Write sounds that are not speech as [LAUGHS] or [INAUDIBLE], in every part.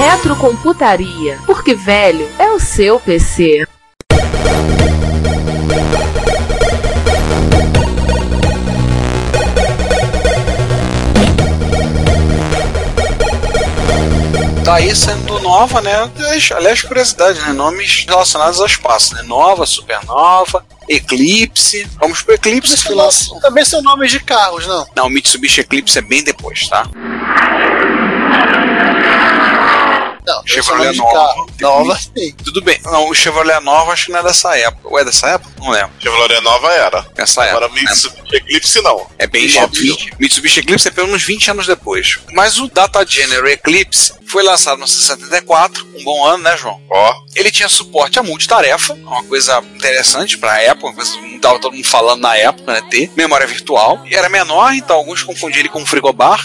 Retrocomputaria, porque velho é o seu PC. Daí sendo nova, né? aliás- Aliás, curiosidade, né? Nomes relacionados ao espaço, né? Nova, supernova, eclipse. Vamos pro eclipse Isso que lança. Também são nomes de carros, não. Não, Mitsubishi Eclipse é bem depois, tá? Não, Chevrolet são nomes de Nova. carro. Nova, sim. Tudo bem. Não, o Chevrolet Nova acho que não é dessa época. Ou é dessa época? Não lembro. Chevrolet Nova era. Essa É. época. Agora né? Mitsubishi Eclipse não. É bem Sim, óbvio. óbvio. Mitsubishi Eclipse é pelo menos 20 anos depois. Mas o Data General Eclipse foi lançado em 74, um bom ano, né, João? Ó, Ele tinha suporte a multitarefa, uma coisa interessante pra época, uma coisa que não tava todo mundo falando na época, né? Ter memória virtual. E era menor, então alguns confundiam ele com um frigobar,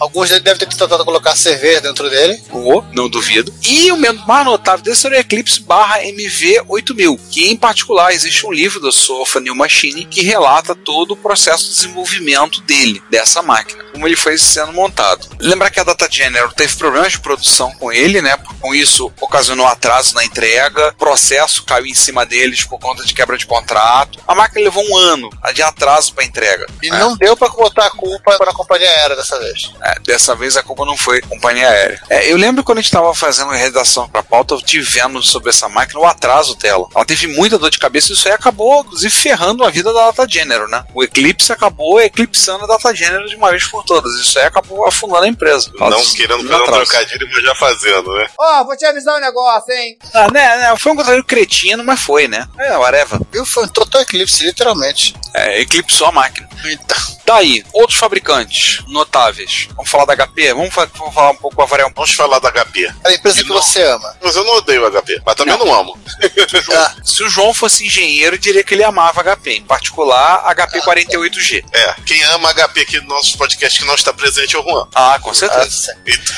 Alguns deles devem ter tentado colocar cerveja dentro dele. voou, não duvido. E o menos mais notável desse era o Eclipse barra MV8000, que em particular existe um livro do Sofa New Machine que relata todo o processo de desenvolvimento dele, dessa máquina, como ele foi sendo montado. Lembrar que a Data General teve problemas de produção com ele, né? Com isso, ocasionou atraso na entrega, processo caiu em cima deles por conta de quebra de contrato. A máquina levou um ano de atraso para entrega. E né? não deu pra botar a culpa pra companhia aérea dessa vez. É, dessa vez a culpa não foi companhia aérea. É, eu lembro quando a gente estava fazendo a redação para pauta, eu tive vendo sobre essa máquina o atraso dela. Ela teve muita dor de cabeça e isso aí acabou, inclusive, ferrando a vida da Data General, né? O Eclipse acabou eclipsando a Data General de uma vez por todas. Isso aí acabou afundando a empresa. não Ela- querendo um fazer um atraso. trocadilho, mas já fazendo, né? Ó, vou te avisar um negócio, hein? Ah, né, né, foi um contrário cretino, mas foi, né? É, whatever. Viu? Foi um total eclipse, literalmente. É, eclipsou a máquina. Então, Daí, outros fabricantes notáveis. Vamos falar da HP? Vamos, fa- vamos falar um pouco, a variar um pouco. Vamos falar da HP. a empresa E que não- você ama. Mas eu não odeio HP, mas também não, amo. Ah, Se o João fosse engenheiro, eu diria que ele amava HP, em particular HP 48G. É, quem ama HP aqui no nosso podcast que não está presente é o Juan. Ah, com ah, certeza. sim.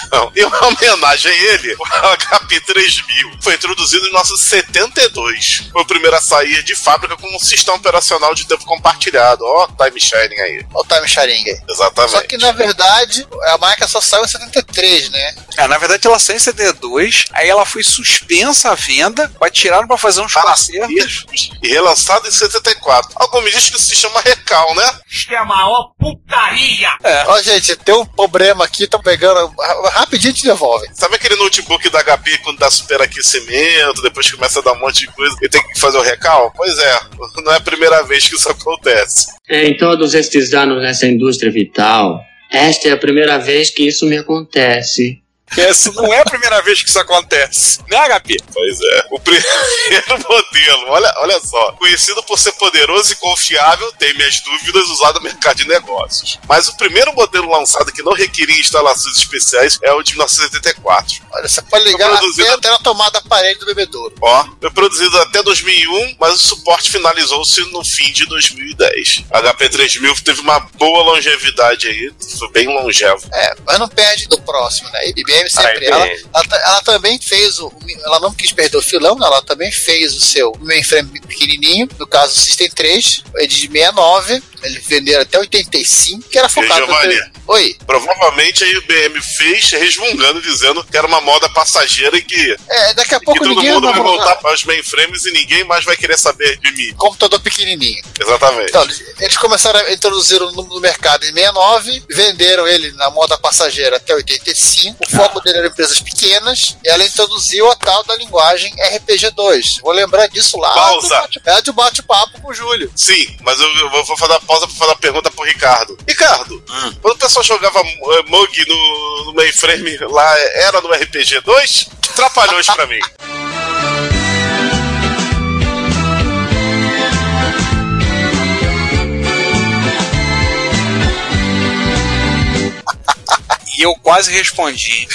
Então, [LAUGHS] em uma homenagem a ele, o HP 3000 foi introduzido em 1972. Foi o primeiro a sair de fábrica com um sistema operacional de tempo compartilhado. Ó, time sharing aí. Olha o time sharing aí. Exatamente. Só que na verdade a marca só saiu em 73, né? É, na verdade, ela saiu em 72, aí ela foi suspensa à venda, vai tiraram pra fazer uns Ah, [LAUGHS] concertos. E relançado em 74. Algum me diz que isso se chama recal, né? Isto é a maior putaria! Ó, gente, tem um problema aqui, estão pegando. ra- Rapidinho te devolve. Sabe aquele notebook da HP quando dá superaquecimento, depois começa a dar um monte de coisa e tem que fazer o recal? Pois é, não é a primeira vez que isso acontece. É, Em todos estes anos nessa indústria vital, esta é a primeira vez que isso me acontece. Essa não é a primeira vez que isso acontece, né, HP? Pois é. O primeiro [LAUGHS] modelo, olha, olha só. Conhecido por ser poderoso e confiável, tem minhas dúvidas usado no mercado de negócios. Mas o primeiro modelo lançado que não requeria instalações especiais é o de 1984. Olha, você pode ligar Tô produzindo. até, até na tomada parede do bebedouro. Ó, foi produzido até 2001, mas o suporte finalizou-se no fim de 2010. A HP 3000 teve uma boa longevidade aí, foi bem longevo. É, mas não perde do próximo, né? IBM sempre. Ah, ela, IBM. ela, ta- ela também fez o. Ela não quis perder o filão, né? ela também fez o seu mainframe pequenininho, no caso o System 3, é de 69. Eles venderam até 85, que era focado. Giovanni? Oi. Provavelmente a IBM fez resmungando, dizendo que era uma moda passageira e que É, daqui a que pouco todo ninguém mundo vai vai voltar para os mainframes e ninguém mais vai querer saber de mim. Computador pequenininho. Exatamente. Então, eles- eles começaram a introduzir o número no mercado em 69, venderam ele na moda passageira até 85, Ah. o foco dele era empresas pequenas, e ela introduziu a tal da linguagem RPG2. Vou lembrar disso lá Pausa. do bate- é do bate-papo com o Júlio. Sim, mas eu, eu vou fazer a pausa pra fazer a pergunta pro Ricardo. Ricardo, quando o pessoal jogava eh, Mug no, no mainframe lá, era no RPG 2? Trapalhões pra mim. E eu quase respondi.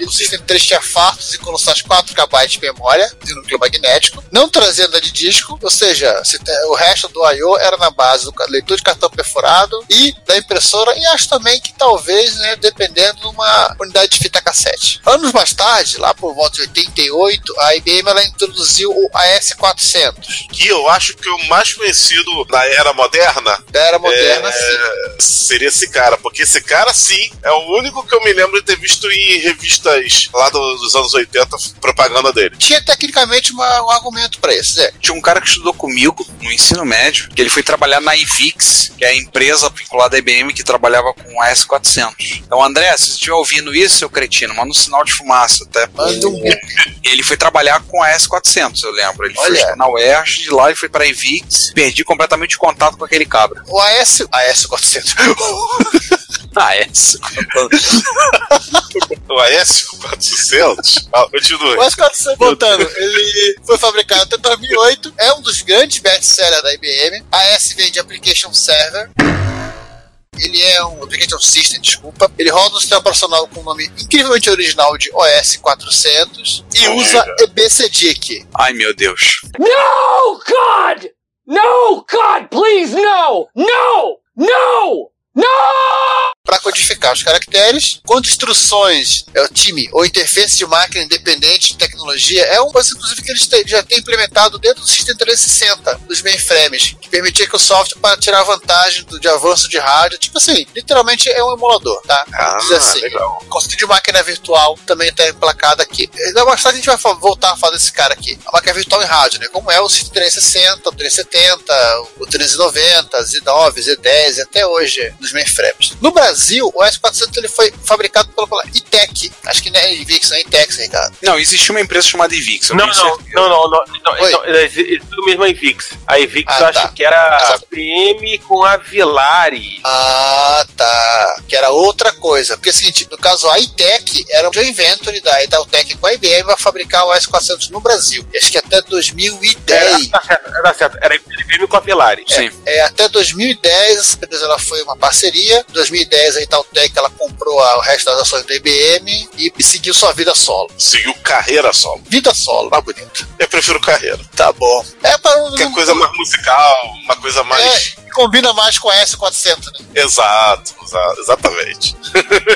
Existem três tefatos e colossais 4 KB de memória de núcleo magnético, não trazendo de disco, ou seja, se te- o resto do I.O. era na base do ca- leitor de cartão perfurado e da impressora, e acho também que talvez, né, dependendo de uma unidade de fita cassete. Anos mais tarde, lá por volta de 88, a IBM ela introduziu o AS400, Que eu acho que o mais conhecido na era moderna da era moderna, assim. sim. seria esse cara, porque esse cara sim é o único que eu me lembro de ter visto em revistas lá do- dos anos 80, propaganda dele. Tinha tecnicamente uma- um argumento para isso, né? Tinha um cara que estudou comigo no ensino médio, que ele foi trabalhar na IVIX, que é a empresa vinculada à IBM que trabalhava com o AS400. Então, André, se você estiver ouvindo isso, seu cretino, manda um sinal de fumaça tá? até. Manda um Ele foi trabalhar com a S400, eu lembro. Ele Olha. foi estudar na UERJ, de lá e foi pra IVIX. Perdi completamente o contato com aquele cabra. [LAUGHS] O AS, [LAUGHS] AS400. Ah, é. isso. O [LAUGHS] AS400? Ah, continue. Mas quando você voltando, ele foi fabricado até 2008, é um dos grandes best-sellers da IBM. A S vem de Application Server. Ele é um Application System, desculpa. Ele roda um sistema operacional com o nome incrivelmente original de OS 400 e Olha. usa EBCDIC. Ai, meu Deus. No, God! No, God, please, no! No! No! para codificar os caracteres, quando instruções é o time ou interface de máquina independente de tecnologia é uma coisa inclusive que eles te- já têm implementado dentro do System 360 dos mainframes, que permitia que o software para tirar vantagem do, de avanço de rádio, tipo assim, literalmente é um emulador, tá? Ah, Diz assim, legal. conceito de máquina virtual também está emplacado aqui. Ainda mais tarde a gente vai fa- voltar a falar desse cara aqui. A máquina virtual em rádio, né? Como é o 360, o 370, o 1390, Z9, Z10 e até hoje nos mainframes. No Brasil, o S400 ele foi fabricado pela, pela ITEC. Acho que não é IVIX, não é ITEC, Ricardo. Não, existia uma empresa chamada IVIX. eu Não, tenho não, certeza. não, não, não. Então, Oi. então, é, é, é tudo mesmo a Invix. A Invix Ah, eu acho tá. que era a Exato. PM com a Vilari. Ah, tá. Que era outra coisa. Porque é o seguinte, no caso, a ITEC era um joint venture da Italtec com a IBM para fabricar o S400 no Brasil. E Acho que até 2010. Tá certo, tá certo. Era a PM com a Vilari. Sim. É, até 2010, essa empresa ela foi uma parceria. Em 2010, a Italtec ela comprou a- o resto das ações da IBM e seguiu sua vida solo. Seguiu carreira solo. Vida solo, tá bonito. Eu prefiro carreira. Tá bom. É para um. Que é coisa mais musical, uma coisa mais. é, que combina mais com a S400, né? Exato, exa- exatamente. [LAUGHS]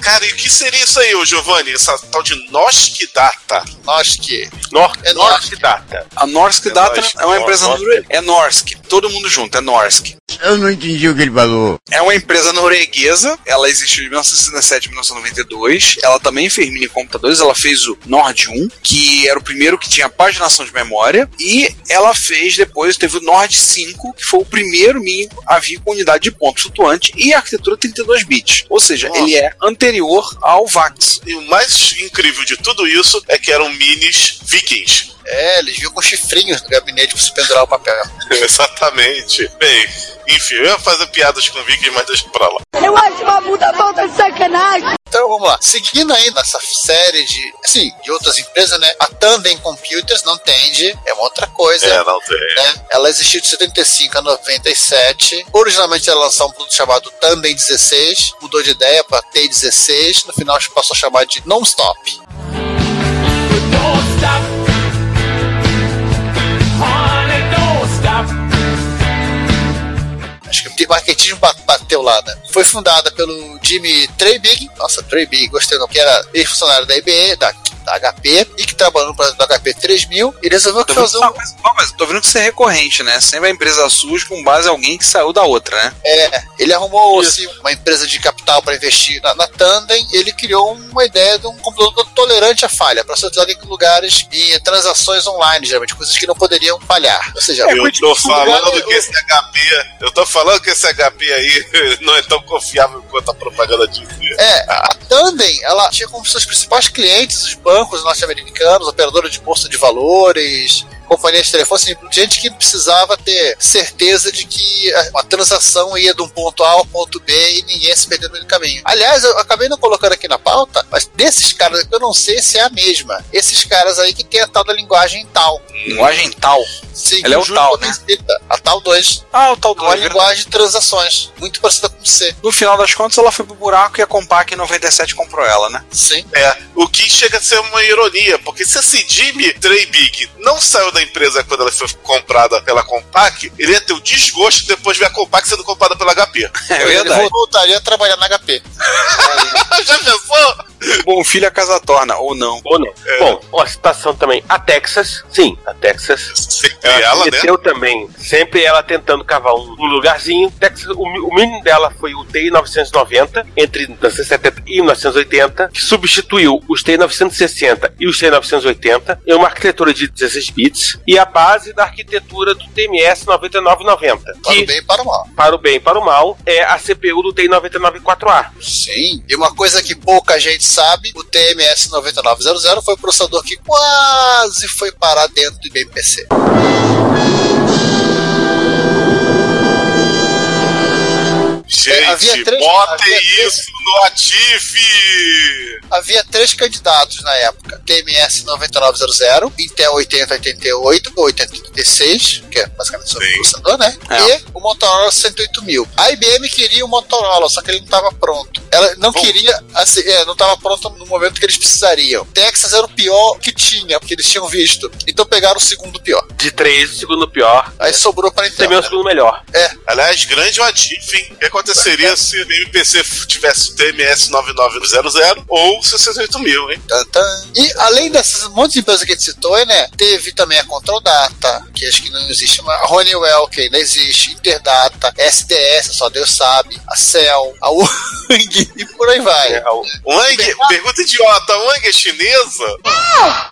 Cara, e o que seria isso aí, ô Giovanni? Essa tal de Noskidata? Nós que. North, É North Data. A Norsk É Data Norsk. é uma empresa Norsk. norueguesa. É Norsk. Todo mundo junto, é Norsk. Eu não entendi o que ele falou. É uma empresa norueguesa, ela existe de 1967 a 1992. Ela também fez mini computadores, ela fez o Nord 1, que era o primeiro que tinha paginação de memória, e ela fez depois, teve o Nord 5, que foi o primeiro mini a vir com unidade de ponto flutuante e arquitetura 32 bits. Ou seja, Nossa. ele é anterior ao VAX. E o mais incrível de tudo isso é que eram minis vikings. [LAUGHS] É, eles viram com chifrinhos no gabinete pra se pendurar o papel. Exatamente. Bem, enfim, eu ia fazer piadas com vikings, mas deixa pra lá. Eu acho uma puta falta de sacanagem! Então vamos lá. Seguindo aí nessa série de. Assim, de outras empresas, né? A Tandem Computers não tende, é uma outra coisa. É, não tem. né? Ela existiu de 75 a 97. Originalmente ela lançou um produto chamado Tandem 16, mudou de ideia para T16, no final passou a chamar de Non-Stop. Don't stop! Honey, don't stop! Acho que o marketing ba- bateu lá, né? Foi fundada pelo Jimmy Treibig, nossa, Treibig, gostei não, que era ex-funcionário da IBM, da, da HP, e que trabalhou no projeto da HP 3000, e resolveu Tô fazer vendo, um... ah, mas, ah, mas tô vendo que isso é recorrente, né? Sempre a empresa surge com base em alguém que saiu da outra, né? É, ele arrumou assim, uma empresa de capital para investir na, na Tandem. Ele criou uma ideia de um computador tolerante à falha, para ser utilizado em lugares e transações online, geralmente, coisas que não poderiam falhar. Ou seja, Eu tô falando lugar- É que esse HP, eu tô falando que esse HP aí [LAUGHS] não é tão confiável quanto a propaganda dizia. É, a Tandem, ela tinha como seus principais clientes os bancos norte-americanos, operadoras de bolsa de valores, companhias de telefone, assim, gente que precisava ter certeza de que a- uma transação ia de um ponto A ao ponto B e ninguém ia se perder no meio do caminho. Aliás, eu acabei não colocando aqui na pauta, mas desses caras, eu não sei se é a mesma. Esses caras aí que tem a tal da linguagem tal. Linguagem tal. Sim, Ela é o Júlio tal, também cita, tá? A tal 2. Ah, o tal Uma do linguagem de transações. Muito parecida com C. No final das contas, ela foi pro buraco e a Compaq em 97 comprou ela, né? Sim. É, o que chega a ser uma ironia, porque se esse Jimmy Treibig não saiu da empresa quando ela foi comprada pela Compaq, ele ia ter o desgosto de depois ver a Compaq sendo comprada pela HP. É Ele voltaria a trabalhar na HP. [LAUGHS] Já pensou? Bom filho a casa torna, ou não. Ou não. É. Bom, ó, a citação também. A Texas, sim, a Texas. Sempre É, Ela, ela, se né? meteu também. Sempre ela tentando cavar um, um lugarzinho. Texas, o, mi- o mínimo dela foi o TI 990, entre 1970 e 1980, que substituiu os TI 960 e os TI 980 em uma arquitetura de 16 bits e a base da arquitetura do TMS 9990, Para o que, bem e para o mal. para o bem e para o mal, é a CPU do TI 994A. Sim. E uma coisa que pouca gente sabe, o TMS 9900 foi o processador que quase foi parar dentro do IBM PC. Gente, É, havia três- botem havia- isso no Ative! Havia três candidatos na época. TMS 9900, Intel 8088 ou 8086, que é basicamente sobre o Sim. É. processador, né? E o Motorola 108000. A IBM queria o Motorola, só que ele não estava pronto. Ela não Bom. queria, assim, é, não estava pronto no momento que eles precisariam. Texas era o pior que tinha, porque eles tinham visto. Então pegaram o segundo pior. De 3, o segundo pior. É. Aí sobrou para Intel. Também o segundo melhor. Aliás, grande o Ative, hein? O que aconteceria se o MPC tivesse o TMS 9900 ou 68000, hein? Tan, tan. E além dessas um monte de empresas que a gente citou, né? Teve também a Control Data, que acho que não existe mais. A Honeywell, que ainda existe. Interdata, SDS, só Deus sabe. A Cell, a [LAUGHS] Wang e por aí vai. É, o- Wang, pergunta idiota, Wang é chinesa?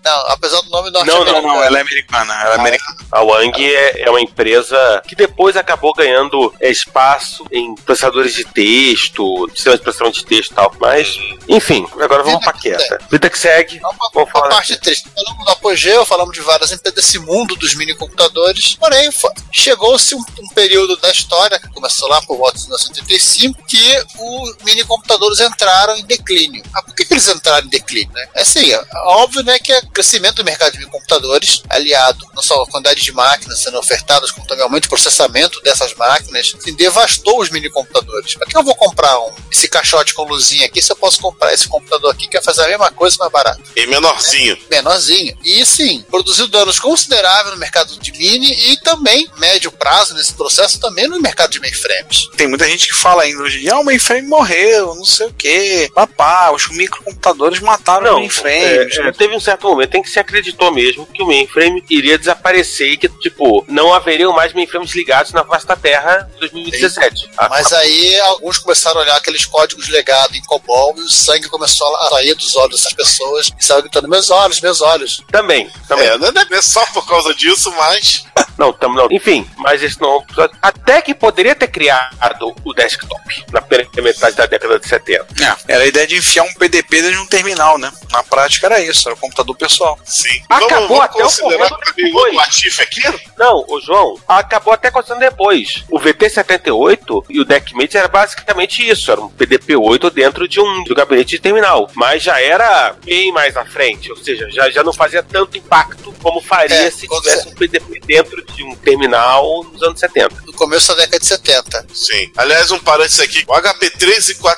Não, apesar do nome Não, norte-americano. não, não, ela é americana. Ela é americana. A Wang é, é uma empresa que depois acabou ganhando é, espaço em processadores de texto, sistemas de processamento de texto e tal. Mas, enfim, agora Vida vamos pra que quieta. Vida que segue. É uma, Vamos uma falar. parte triste. Falamos do apogeu, falamos de várias empresas desse mundo dos minicomputadores. Porém, fo- chegou-se um, um período da história, que começou lá por volta de 1985, que os minicomputadores entraram em declínio. Ah, por que, que eles entraram em declínio? Né? É assim, ó, óbvio né, que é o crescimento do mercado de minicomputadores, aliado não só à quantidade de máquinas sendo ofertadas, como também ao aumento do processamento dessas máquinas, assim, devastou os minicomputadores. Para que eu vou comprar um, esse caixote com luzinha aqui se eu posso comprar esse computador aqui que vai fazer a mesma coisa mais barato? E menorzinho. menorzinho. E sim, produziu danos consideráveis no mercado de mini e também, médio prazo nesse processo, também no mercado de mainframes. Tem muita gente que fala ainda hoje em dia, ah, o mainframe morreu, não sei o quê. Papá, os microcomputadores mataram o Não, mainframe. é, é, teve um certo momento em que se acreditou mesmo que o mainframe iria desaparecer e que, tipo, não haveriam mais mainframes ligados na vasta terra em 2017. Ah, A- Mas tá. aí alguns começaram a olhar aqueles códigos legados em COBOL e o sangue começou a sair dos olhos dessas pessoas e saiu gritando: meus olhos, meus olhos. Também, também. É, não é só por causa disso, mas Não, tamo, não. Enfim, mas esse não é um episódio. Até que poderia ter criado o desktop na primeira metade da década de 70. É, Era a ideia de enfiar um PDP dentro de um terminal, né? Na prática era isso, era o computador pessoal. Sim. Acabou Vamos- vamos até o considerar correndo que também depois. o Latif aqui? Não, o João, acabou até acontecendo depois. O VT-78 e o DeckMate era basicamente isso, era um PDP-8 dentro de um, de um gabinete de terminal. Mas já era bem mais à frente, ou seja, já, já não fazia tanto impacto como faria É, se quando tivesse você- um PDP dentro de um terminal nos anos 70. No começo da década de 70. Sim. Aliás, um parênteses aqui. O HP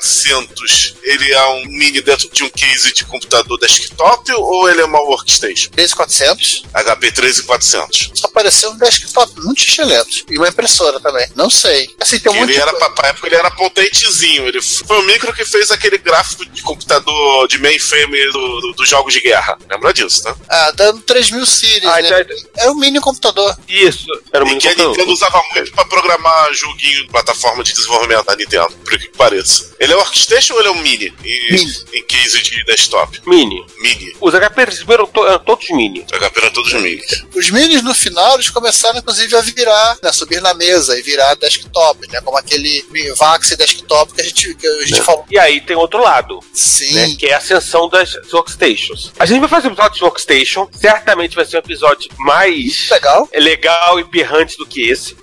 13400, ele é um mini dentro de um case de computador desktop ou ele é uma workstation? 13400. HP 13400. Só apareceu um desktop muito xixelento. E uma impressora também. Não sei. Assim, tem um Que monte ele de era coisa. papai porque ele era pontentezinho. Ele f- foi o micro que fez aquele gráfico de computador de mainframe do- do- dos jogos de guerra. Lembra disso, né? Ah, dando 3000 series, Ah, né? então- é- Era um mini computador. E Isso, era um E que a minicomputador. Nintendo usava muito pra programar joguinho de plataforma de desenvolvimento da Nintendo, por que que pareça. Ele é um workstation ou ele é um mini? Em, Mini. em case de desktop. Mini. Mini. Os HPs primeiro to- eram todos mini. O HP era todos minis. Os minis no final eles começaram inclusive a virar, né, subir na mesa e virar desktop, né, como aquele Vax desktop que a gente, que a gente falou. E aí tem outro lado, Sim. né? Que é a ascensão das workstations. A gente vai fazer um episódio de workstation. Certamente vai ser um episódio mais Legal. É legal e pirrante do que esse.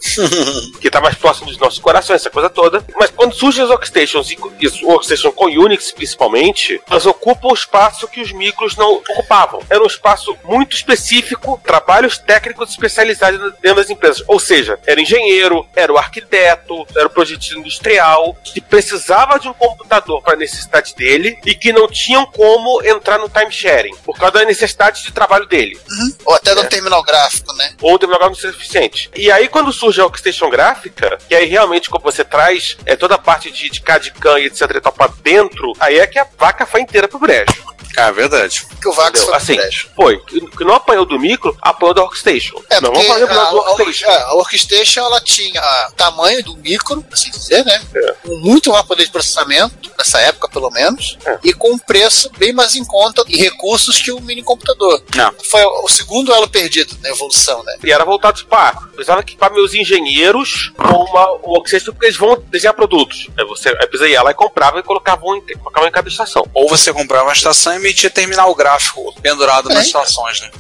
que tá mais próximo dos nossos corações, essa coisa toda. Mas quando surgem as workstations, e e as workstation com Unix principalmente, elas ocupam o espaço que os micros não ocupavam. Era um espaço muito específico, trabalhos técnicos especializados dentro das empresas. Ou seja, era engenheiro, era o arquiteto, era o projetista industrial, que precisava de um computador para a necessidade dele e que não tinham como entrar no timesharing, por causa da necessidade de trabalho dele Ou até É. no terminal gráfico, né? ou o terminal gráfico não ser suficiente. E aí, quando surge a workstation gráfica, que aí realmente, como você traz é toda a parte de, de CAD-CAM e etc e tal pra dentro, aí é que a vaca foi inteira pro brejo. Ah, verdade. Que o Vax Entendeu? foi Assim, pro brejo. foi. O que não apanhou do micro, apanhou da workstation. É, não, porque vamos fazer o a, é. episódio do workstation. a- a Workstation ela tinha o tamanho do micro, por assim dizer, né? É. Com muito mais poder de processamento, nessa época pelo menos, É. e com um preço bem mais em conta e recursos que o mini computador. É. Foi o o segundo elo perdido na evolução, né? E era voltado tipo, ah, precisava equipar meus engenheiros com uma workstation, porque eles vão desenhar produtos. Aí você aí precisa ir lá e comprava e colocava um, em- colocava em cada estação. Ou você comprava uma estação e metia terminal gráfico pendurado nas estações, né?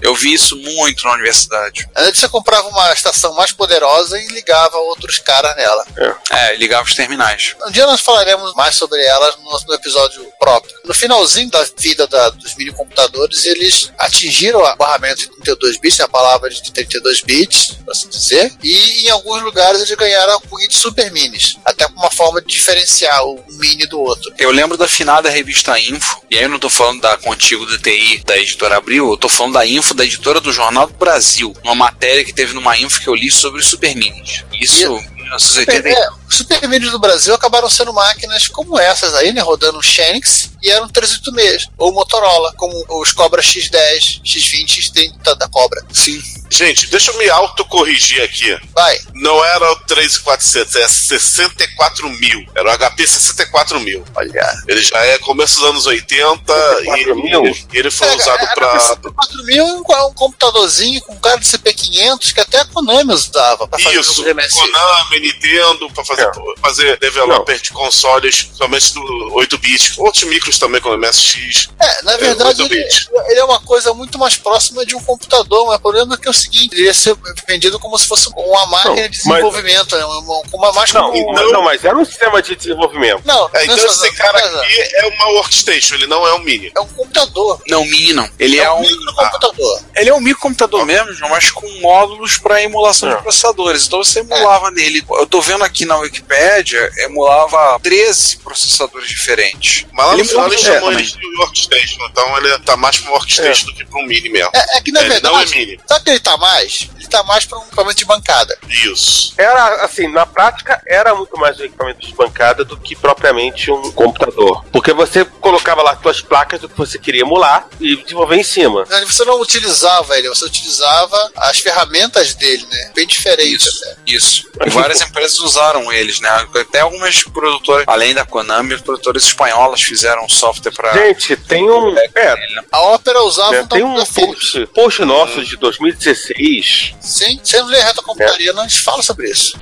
Eu vi isso muito na universidade. Antes você comprava uma estação mais poderosa e ligava outros caras nela. É, ligava os terminais. Um dia nós falaremos mais sobre elas no, no episódio próprio. No finalzinho da vida da- dos minicomputadores, eles atingiram o barramento de 32 bits, né, a palavra de 32 bits, por assim dizer, e em alguns lugares eles ganharam o cunho de super minis, até como uma forma de diferenciar o mini do outro. Eu lembro da finada revista Info, e aí eu não tô falando da Contigo da TI da editora Abril, eu tô falando da Info da editora do Jornal do Brasil, uma matéria que teve numa Info que eu li sobre os Superminis. Isso, E- em 1980. e- É, os super minis do Brasil acabaram sendo máquinas como essas aí, né, rodando um Xenix, e eram 386, ou Motorola, como os Cobra X10, X20, X30 da Cobra. Sim. Gente, deixa eu me autocorrigir aqui. Vai. Não era o 3400, é 64 mil. Era o HP 64 mil. Olha. Ele já é começo dos anos 80 e 64 mil? ele, ele foi É, usado era pra. 4 mil é um, é um computadorzinho com cara de CP500 que até a Konami usava pra fazer Isso, jogo de MSI. Konami, Nintendo, pra É. fazer, fazer developer de consoles, principalmente do 8-bit. Outros micros também, como MSX. É, na verdade, É, ele, 8-bit. ele é uma coisa muito mais próxima de um computador, mas o problema é que é o seguinte: ele ia ser vendido como se fosse uma máquina Não, de desenvolvimento, né, uma, uma mais Não, como- não, não, mas era um sistema de desenvolvimento. não, É, então não, não, esse não, cara não, não. aqui é uma workstation, ele não é um mini. é um computador. Não, mini não. Ele é, é um um. ah, microcomputador. ele é um microcomputador mesmo, João, mas com módulos para emulação É. de processadores. Então você emulava nele. Eu tô vendo aqui na Wikipédia, emulava 13 processadores diferentes. Mas lá no é um Ele final mudou eles de chamam época, ele de workstation, então ele tá mais pra um workstation do que pra um mini mesmo. É, é que na Ele verdade. não é mini. Sabe que ele tá mais? Ele tá mais pra um equipamento de bancada. Isso. Era, assim, na prática, era muito mais um equipamento de bancada do que propriamente um computador. Porque você colocava lá suas placas do que você queria emular e desenvolver em cima. Não, Você não utilizava ele, você utilizava as ferramentas dele, né? Bem diferente Isso. até. Isso. E É. várias empresas usaram eles, né? Até algumas produtoras, além da Konami, produtoras espanholas fizeram software pra. Gente, tem um. É, A ópera usava tá né, tem um da assim. Philips. post, post nosso de 2016. Sim, sendo de reta computaria, não se fala sobre isso.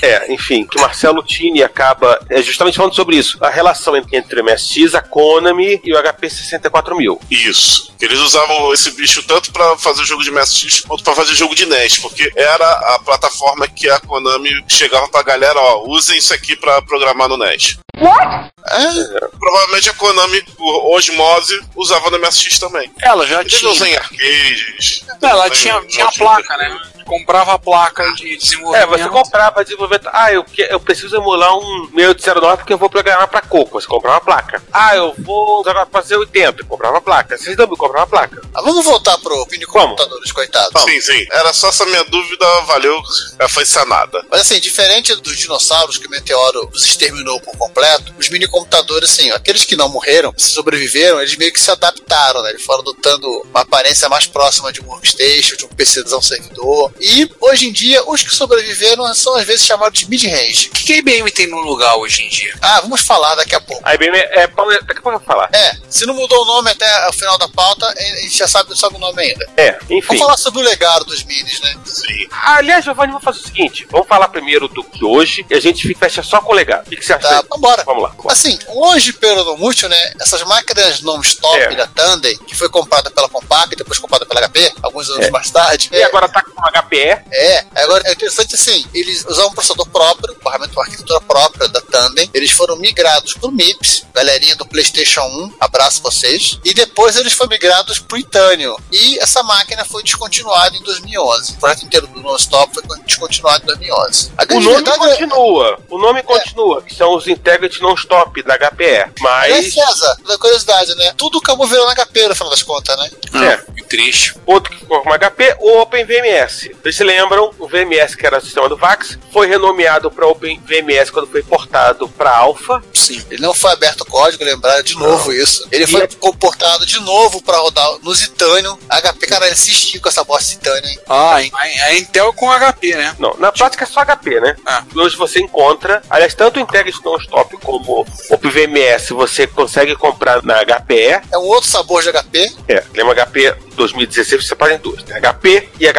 É, enfim, que o Marcelo Tini acaba é, justamente falando sobre isso. A relação entre, entre o MSX, a Konami e o HP 64000. Isso. Eles usavam esse bicho tanto pra fazer jogo de MSX quanto pra fazer jogo de NES, porque era a plataforma que a Konami chegava pra galera, ó, usem isso aqui pra programar no NES. É, Provavelmente a Konami, por osmose, usava no MSX também. Ela já Eles usam em arcades. Ela usam tinha, em um tinha a monte de- placa, né? Comprava a placa de É, desenvolvimento. você comprava desenvolvimento. Ah, eu, que- eu preciso emular um 6809 porque eu vou programar pra coco. Você comprava a placa. Ah, eu vou usar pra fazer 80. Comprava a placa. Vocês não comprava a placa. ah, vamos voltar pro minicomputadores, coitado. Sim, sim. Era só essa minha dúvida, valeu, ela foi sanada. Mas assim, diferente dos dinossauros que o meteoro os exterminou por completo, os minicomputadores computador, assim, ó, aqueles que não morreram, se sobreviveram, eles meio que se adaptaram, né? Eles foram adotando uma aparência mais próxima de um workstation, de um PCzão servidor. E hoje em dia, os que sobreviveram são às vezes chamados de mid-range. O que, que a IBM tem no lugar hoje em dia? Ah, vamos falar daqui a pouco. A IBM é. é Paulo, daqui a pouco eu vou falar. É, se não mudou o nome até o final da pauta, a gente já sabe, sabe o nome ainda. É, enfim. Vamos falar sobre o legado dos minis, né? Sim. Aliás, Giovanni, vamos fazer o seguinte: vamos falar primeiro do que hoje e a gente fica- fecha só com o legado. O que que você acha? Tá, aí? vambora. Vamos lá. Bom, Assim, longe pelo no mútil, né? Essas máquinas non-stop É. da Tandem, que foi comprada pela Compaq e depois comprada pela HP, alguns anos mais tarde. É. E agora tá com o HPE. É, agora é interessante assim, eles usavam um processador próprio, um barramento, uma arquitetura própria da Tandem, eles foram migrados pro MIPS, galerinha do Playstation 1, abraço vocês, e depois eles foram migrados pro Itânio, e essa máquina foi descontinuada em 2011, o projeto inteiro do Non-Stop foi descontinuado em 2011. A O grande nome verdade é- continua. O nome continua. que São os Integrity Non-Stop da HPE. Aliás, Mas. César, da curiosidade, né? Tudo acabou virando HP no final das contas, né? É. Que triste. outro que ficou com HP, o OpenVMS. Vocês se lembram, o VMS, que era o sistema do VAX, foi renomeado para OpenVMS quando foi portado para Alpha. Sim. Ele não foi aberto o código, lembraram de novo isso. Ele foi comportado de novo pra rodar no Zitânio. HP, cara, ele insistiu com essa bosta Zitânio, hein? Ah, a, a Intel com HP, né? Não, na prática é só HP, né? Ah. Hoje você encontra, aliás, tanto o Integrity Non-Stop como o OpenVMS você consegue comprar na HPE. É um outro sabor de HP. É, lembra HP 2016 você separa em duas, né? HP e HPE.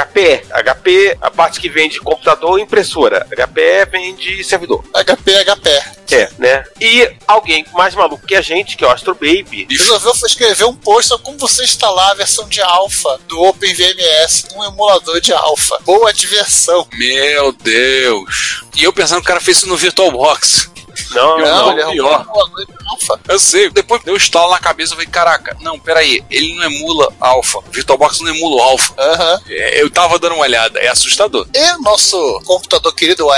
HP, a parte que vende computador e impressora. HPE vende servidor. HP é HP. É, né? E alguém mais maluco que a gente, que é o Astro Baby, Resolveu foi escrever um post sobre como você instalar a versão de alfa do OpenVMS num emulador de alfa. Boa diversão. Meu Deus. E eu pensando que o cara fez isso no VirtualBox. Não, Eu não. não. é ele arrumou pior. um emulador de alfa. Eu sei. Depois deu um estalo na cabeça, eu falei, caraca, não, peraí, ele não é emula Alpha. O VirtualBox não emula o Alpha. Aham. É, eu tava dando uma olhada, é assustador. E nosso computador querido, o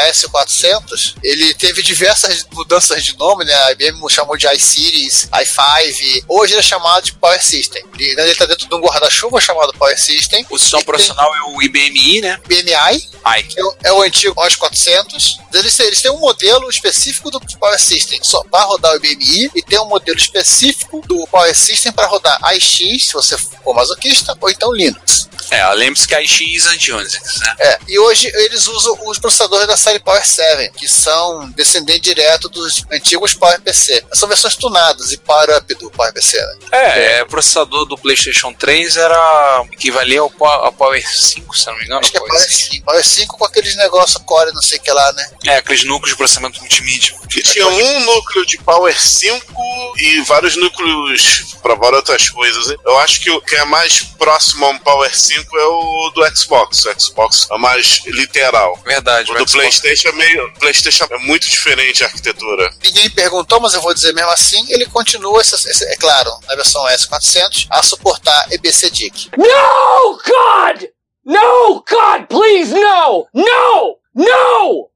AS400, ele teve diversas mudanças de nome, né? A IBM chamou de iSeries, i5, hoje ele é chamado de Power System. Ele está dentro de um guarda-chuva chamado Power System, O sistema profissional é o IBMI, né? BMI, Ai, que é o- é o antigo OS400. Eles, têm- eles têm um modelo específico do Power System só para rodar o IBMI e tem um modelo específico do Power System para rodar iX, se você for masoquista, ou então Linux. é, lembre-se que a IX é de Unix, né? É, e hoje eles usam os processadores da série Power 7, que são descendentes direto dos antigos Power PC. São versões tunadas e power up do Power PC, né? É, é, o processador do PlayStation 3 era equivalia ao Po- ao Power 5, se eu não me engano. Acho que é Power Power 5. Power 5 com aqueles negócios core, não sei o que lá, né? É, aqueles núcleos de processamento multimídia. Que tinha um núcleo de Power 5 e vários núcleos para várias outras coisas. hein? Eu acho que o que é mais próximo a um Power 5 é o do Xbox. O Xbox é mais literal. Verdade, O do Xbox. PlayStation é meio. PlayStation é muito diferente a arquitetura. Ninguém perguntou, mas eu vou dizer mesmo assim, ele continua, esse- esse- é claro, na versão S400, a suportar EBC DIC. No, God! No, God, please, no! No! No!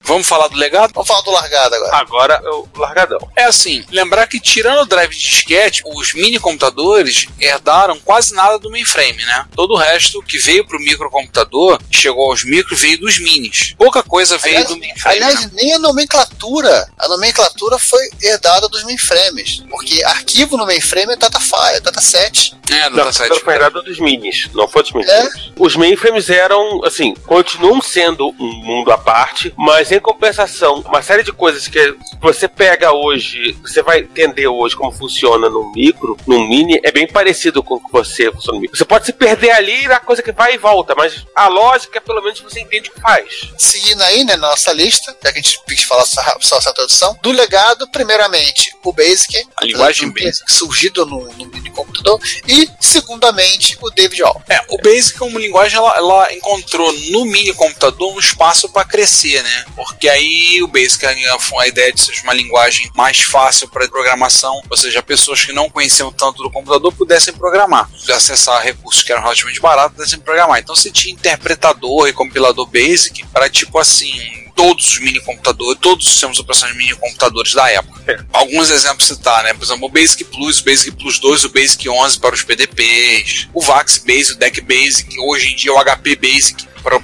Vamos falar do legado? Vamos falar do largado agora. Agora é o largadão. É assim, lembrar que tirando o drive de disquete, os mini computadores herdaram quase nada do mainframe, né? Todo o resto que veio pro microcomputador, chegou aos micro, veio dos minis. Pouca coisa veio Aliás- do mainframe. né? Aliás, nem a nomenclatura. A nomenclatura foi herdada dos mainframes. Porque arquivo no mainframe é datafile, dataset. É, do Não, dataset. foi herdado dos minis, não foi dos mainframes. É? Os mainframes eram, assim, continuam sendo um mundo à parte, mas em compensação, uma série de coisas que você pega hoje, você vai entender hoje como funciona no micro, no mini, é bem parecido com o que você funciona no micro. Você pode se perder ali na coisa que vai e volta, mas a lógica, é, pelo menos, você entende o que faz. Seguindo aí, né, na nossa lista, já que a gente quis falar só, só essa tradução, do legado, primeiramente, o Basic. A linguagem do- Basic. Surgido no, no mini computador. E, segundamente, o David Hall. É, o Basic como linguagem, ela, ela encontrou no mini computador um espaço para crescer, né? Porque aí o Basic, a, a ideia de ser uma linguagem mais fácil para programação, ou seja, pessoas que não conheciam tanto do computador pudessem programar, acessar recursos que eram relativamente baratos, pudessem programar. Então você tinha interpretador e compilador Basic para tipo assim todos os minicomputadores, todos os sistemas operacionais de minicomputadores da época. Alguns exemplos citar, né? Por exemplo, o Basic Plus, o Basic Plus 2, o Basic 11 para os PDPs, o Vax Basic, o Deck Basic, hoje em dia o HP Basic. para o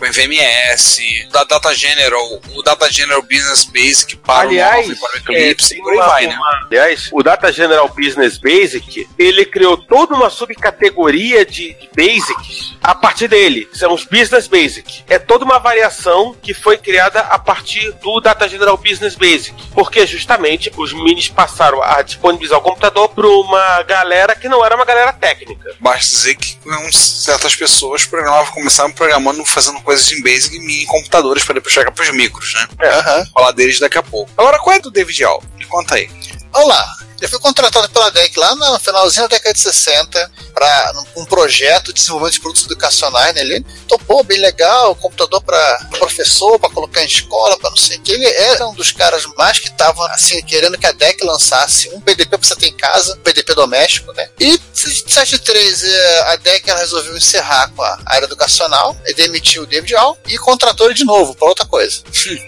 VMS, da Data General, o Data General Business Basic para Aliás, o Nova, para o é, Eclipse, tem um e por aí uma- vai, né? uma- Aliás, o Data General Business Basic, ele criou toda uma subcategoria de de basics a partir dele. São os Business Basic. É toda uma variação que foi criada a partir do Data General Business Basic. Porque justamente os minis passaram a disponibilizar o computador para uma galera que não era uma galera técnica. Basta dizer que um, certas pessoas programavam, começavam programando, fazendo coisas em Basic em mini computadores para depois chegar para os micros, né? É. Vou Falar deles daqui a pouco. Agora, qual é do David Al? Me conta aí. Olha lá, ele foi contratado pela DEC lá no finalzinho da década de 60 para um projeto de desenvolvimento de produtos educacionais. Né? Ele topou, bem legal, computador para professor, para colocar em escola, para não sei o que. Ele era um dos caras mais que estavam assim, querendo que a DEC lançasse um PDP para você ter em casa, um PDP doméstico. né? E em 73, eh, a DEC ela resolveu encerrar com a área educacional, e demitiu o David Hall e contratou ele de novo para outra coisa.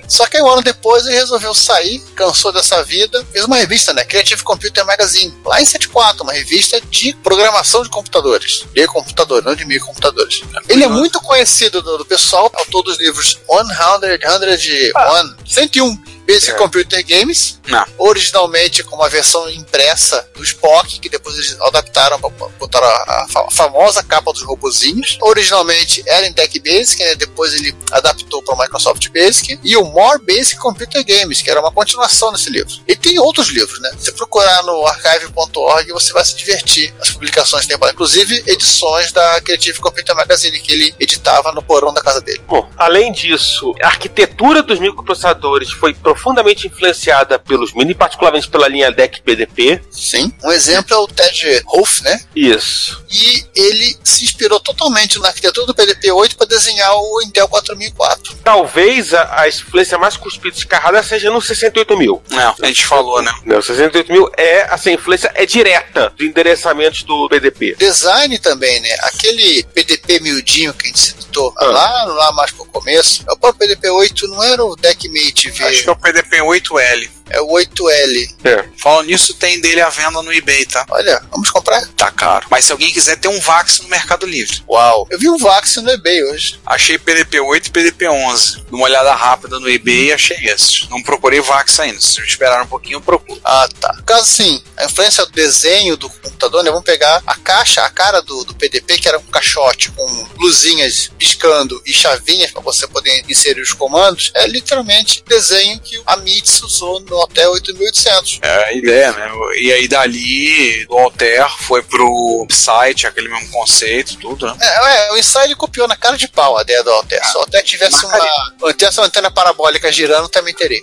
Só que aí um ano depois ele resolveu sair, cansou dessa vida, fez uma revista, né? Creative Computer Magazine, lá em 74, uma revista de programação de computadores. De computadores, não de microcomputadores. Ele é muito conhecido do, do pessoal, autor dos livros 100, 100, one, 101 Basic Computer Games, Não. originalmente com uma versão impressa do Spock, que depois eles adaptaram para botar a, a fa- famosa capa dos robozinhos. Originalmente era em Tech Basic, né, depois ele adaptou para o Microsoft Basic, e o More Basic Computer Games, que era uma continuação desse livro. E tem outros livros, né? Se procurar no archive.org, você vai se divertir. As publicações tem, inclusive, edições da Creative Computer Magazine, que ele editava no porão da casa dele. Bom, além disso, a arquitetura dos microprocessadores foi profundamente influenciada pelos mini, particularmente pela linha DEC PDP. Sim. Um exemplo é o Ted Rolf, né? Isso. e ele se inspirou totalmente na arquitetura do PDP-8 para desenhar o Intel 4004. Talvez a, a influência mais cuspida e escarrada seja no 68 mil. Não, a gente falou, né? Não, 68 mil é, essa influência é direta do endereçamento do BDP. Design também, né? Aquele PDP miudinho que a gente citou Ah. lá, lá mais pro começo, o próprio PDP-8 não era o DECMate V, Acho que é o PDP 8L. é o 8L. Né? Falando nisso, tem dele à venda no eBay, tá? Olha, vamos comprar? Tá caro. Mas se alguém quiser, tem um Vax no Mercado Livre. Uau! Eu vi um Vax no eBay hoje. Achei PDP 8 e PDP 11. Dei uma olhada rápida no eBay e achei esses. Não procurei Vax ainda. Se esperar um pouquinho, eu procuro. Ah, tá. No caso, sim, a influência do desenho do computador, né? Vamos pegar a caixa, a cara do, do PDP, que era um caixote com luzinhas piscando e chavinhas para você poder inserir os comandos, é literalmente o desenho que a MITS usou no Hotel 8800. É a ideia, né? E aí dali, do Alter, foi pro site, aquele mesmo conceito, tudo, né? É, é, o ensaio ele copiou na cara de pau a ideia do Alter. Se o Alter tivesse uma, tivesse uma antena parabólica girando, também teria.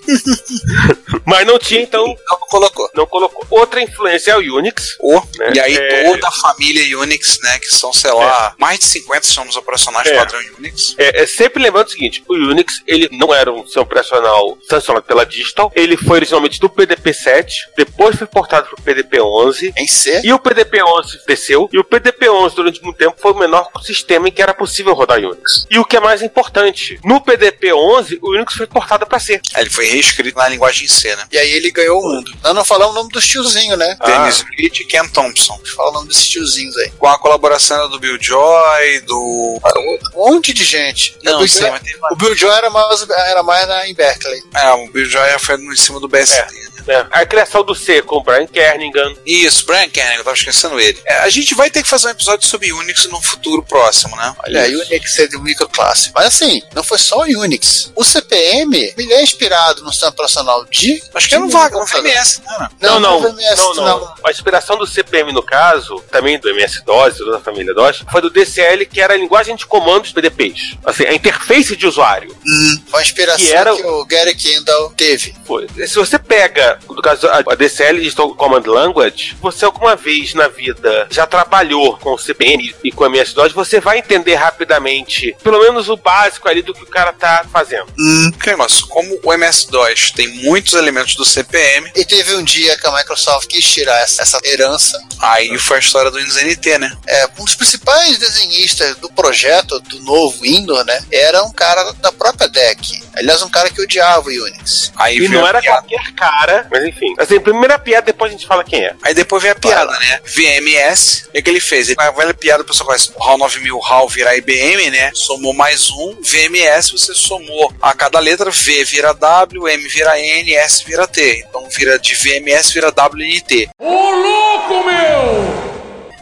Mas não tinha, então Não colocou. não colocou. Outra influência é o Unix. O, É, e aí é. toda a família Unix, né? Que são, sei lá, mais de 50 sistemas operacionais É. padrão Unix. É, é sempre lembrando o seguinte, o Unix, ele não era um sistema operacional sancionado pela Digital, ele foi originalmente do PDP-7, depois foi portado para o PDP-11, Em C? E o PDP-11 desceu, e o PDP-11 durante muito tempo foi o menor sistema em que era possível rodar Unix. E o que é mais importante, no PDP-11 o Unix foi portado para C. Aí Ele foi reescrito na linguagem C, né? E aí ele ganhou o mundo. Nós não falamos o nome dos tiozinhos, né? Ah. Ah. Dennis Reed e Ken Thompson. Fala o nome desses tiozinhos aí. Com a colaboração do Bill Joy, do. É Um monte de gente. Não, Eu- não sei, mas tem O Bill Joy era mais, era mais na, em Berkeley. É, o Bill Joy foi no- em cima do BSD, né? né? A criação do C com o Brian Kernigan. Isso, Brian Kern, eu tava esquecendo ele. É, a gente vai ter que fazer um episódio sobre Unix num futuro próximo, né? Olha, Isso. Unix é de microclasse. Mas assim, não foi só o Unix. O CPM, ele é inspirado no sistema operacional de... Acho que era um de vaga, um computador. VMS, né? né? Não, não, foi MS, não, não, A inspiração do CPM, no caso, também do MS-DOS, da família DOS, foi do DCL, que era a linguagem de comandos PDPs. Assim, a interface de usuário. Hum, Foi a inspiração Que que, era- o Gary Kendall teve. Foi. Se você pega, no caso, a a DCL Digital Command Language, você alguma vez na vida já trabalhou com o CPM e com a MS-DOS, você vai entender rapidamente, pelo menos o básico ali do que o cara tá fazendo. Hum. Que negócio, como o MS-DOS tem muitos elementos do CPM, E teve um dia que a Microsoft quis tirar essa, essa herança. aí foi a história do Windows NT, né? É, um dos principais desenhistas do projeto, do novo Windows, né? Era um cara da própria DEC. Aliás, um cara que odiava o Unix. Aí E, veio não a era piada. qualquer cara né? Mas enfim. Assim, primeira piada, depois a gente fala quem é. Aí depois vem a piada, né? VMS, é que ele fez. Ele- A velha piada, o pessoal conhece o HAL 9000, HAL virar IBM, né? Somou mais um. VMS, você somou a cada letra. V vira W, M vira N, S vira T. Então vira de VMS, vira WNT. Ô, louco, meu!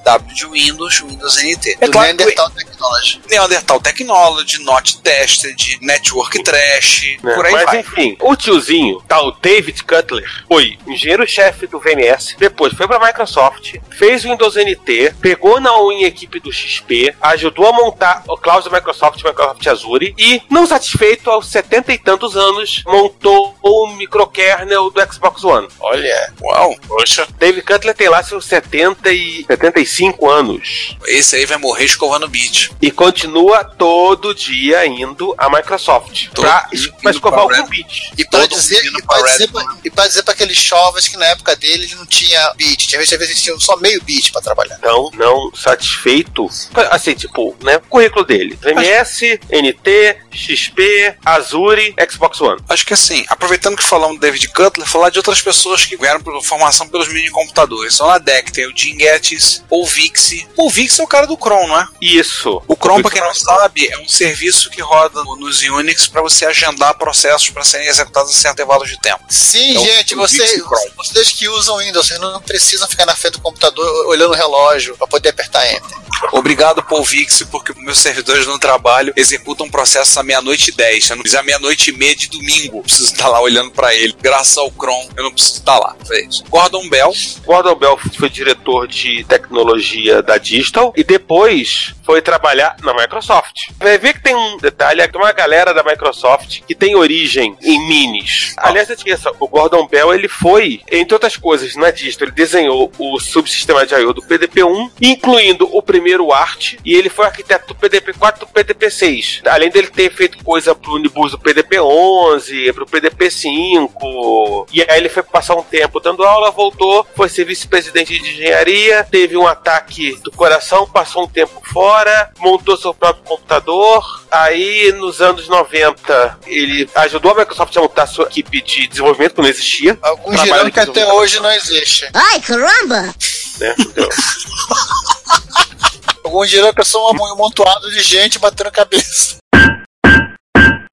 W de Windows, Windows NT. É do claro que Neandertal Technology. o Neandertal Technology, Not Tested, Network Trash, Né? por aí Mas vai. enfim, o tiozinho, tal David Cutler, foi engenheiro-chefe do VMS, depois foi pra Microsoft, fez o Windows NT, pegou na unha a equipe do XP, ajudou a montar o cloud da Microsoft, Microsoft Azure, e, não satisfeito, aos setenta e tantos anos, montou o microkernel do Xbox One. Olha, Uau, poxa, David Cutler tem lá seus 70 e 75 anos esse aí vai morrer escovando beat. e continua todo dia indo à Microsoft Todo pra, dia pra indo escovar pra o convite. E Pra todo dizer, mundo e, indo pra pra Red dizer pra, e pra dizer pra aqueles jovens que na época dele não tinha beat. Tinha vezes que eles tinham só meio beat pra trabalhar. Não, não satisfeito. Assim, tipo, né? O currículo dele: VMS, NT, XP, Azure, Xbox One. Acho que assim, aproveitando que falamos do David Cutler, falar de outras pessoas que ganharam por- formação pelos minicomputadores. São na DEC, tem o Jim Gettys, ou Vixi. O Vixi é o cara do Chrome, não é? Isso. O Chrome, pra quem não sabe, é um serviço que roda no- nos Unix para você agendar processos para serem executados em certo intervalo de tempo. Sim, É o- gente, o Dixie vocês, Chrome. vocês que usam Windows, vocês não precisam ficar na frente do computador olhando o relógio pra poder apertar Enter. Obrigado, Paul Vixi, porque meus servidores no trabalho executam processos à meia-noite e dez. Eu não preciso à meia-noite e meia de domingo. Eu preciso estar lá olhando para ele. Graças ao Chrome, eu não preciso estar lá. É isso. Gordon Bell, Gordon Bell foi diretor de tecnologia da Digital e depois foi trabalhar na Microsoft. Vai ver que tem um detalhe, é que tem uma galera da Microsoft que tem origem em minis. Aliás, eu esqueça, o Gordon Bell, ele foi, entre outras coisas, na Digital, ele desenhou o subsistema de I.O. do PDP-1, incluindo o primeiro ART, e ele foi arquiteto do PDP-4 e do PDP-6. Além dele ter feito coisa pro Unibus do PDP-11, pro PDP-5, e aí ele foi passar um tempo dando aula, voltou, foi ser vice-presidente de engenharia, teve um ataque do coração, passou um tempo fora, montou seu próprio computador. Aí, nos anos 90, ele ajudou a Microsoft a montar sua equipe de desenvolvimento, que não existia. Alguns Trabalho dirão que que até resolveu. hoje não existe. [LAUGHS] Né? Alguns dirão que eu sou um amontoado de gente batendo cabeça. [LAUGHS]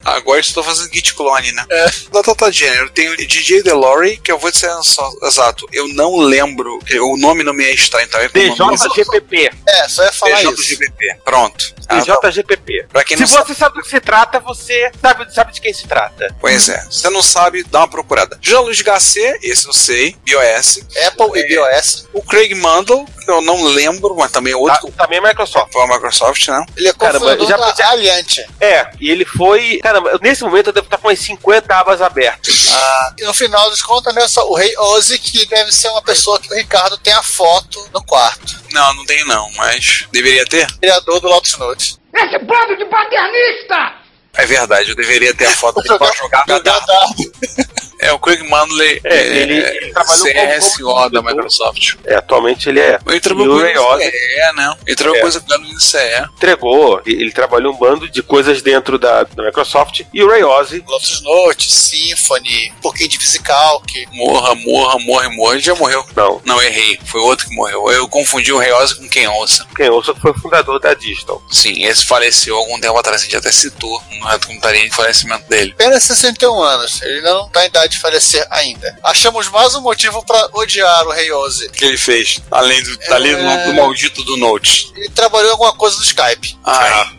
Agora estou fazendo git clone, né? É. Da Tata Gênero, tem o DJ DeLory, que eu vou dizer só, exato, eu não lembro, eu- o nome não me é estranho, então é como nome- DJGPP. É, só ia falar isso. DJGPP. Pronto. Ah, tá. DJGPP. Pra quem Se não sabe, você sabe do que se trata, você sabe, sabe de quem se trata. pois é. Se você não sabe, dá uma procurada. Jean-Luc Gasset, esse eu sei, BOS. Apple É. e BOS. O Craig Mandel, eu não lembro, mas também é outro Tá- também é Microsoft. que foi a Microsoft, né? Ele é Caramba, cofundador já da podia- Aliante. É, e ele foi. Caramba, eu- nesse momento eu devo estar com umas 50 abas abertas. Ah. E no final dos contas, né, só o rei Ozzy, que deve ser uma pessoa que o Ricardo tem a foto no quarto. Não, não tem não, mas deveria ter? Criador do Lotus Notes. É verdade, eu deveria ter a [LAUGHS] foto dele pra jogar. É, o Craig Mandley É, ele- é, ele trabalhou como- CSO da Microsoft. É, atualmente ele é. Eu Entrou E o uma coisa Ray Oz no ICE, né? Entrou uma É. coisa no ICE. entregou, e- ele trabalhou um bando de coisas dentro da, da Microsoft. E o Ray Ozzy, Lotus Notes, Symphony, um pouquinho de Visicalc. Morra, morra, morre, morre. Ele já morreu. não, Não, errei. Foi outro que morreu. Eu confundi o Reiosa com quem ouça. quem ouça foi o fundador da Digital. Sim, esse faleceu algum tempo atrás. A gente até citou é no Reto Computaria o falecimento dele. Apenas 61 anos, ele ainda não está em idade de falecer ainda. Achamos mais um motivo para odiar o Rei Ozzy. O que ele fez? Além do, além do, do maldito do Note. Ele trabalhou em alguma coisa no Skype. Ai,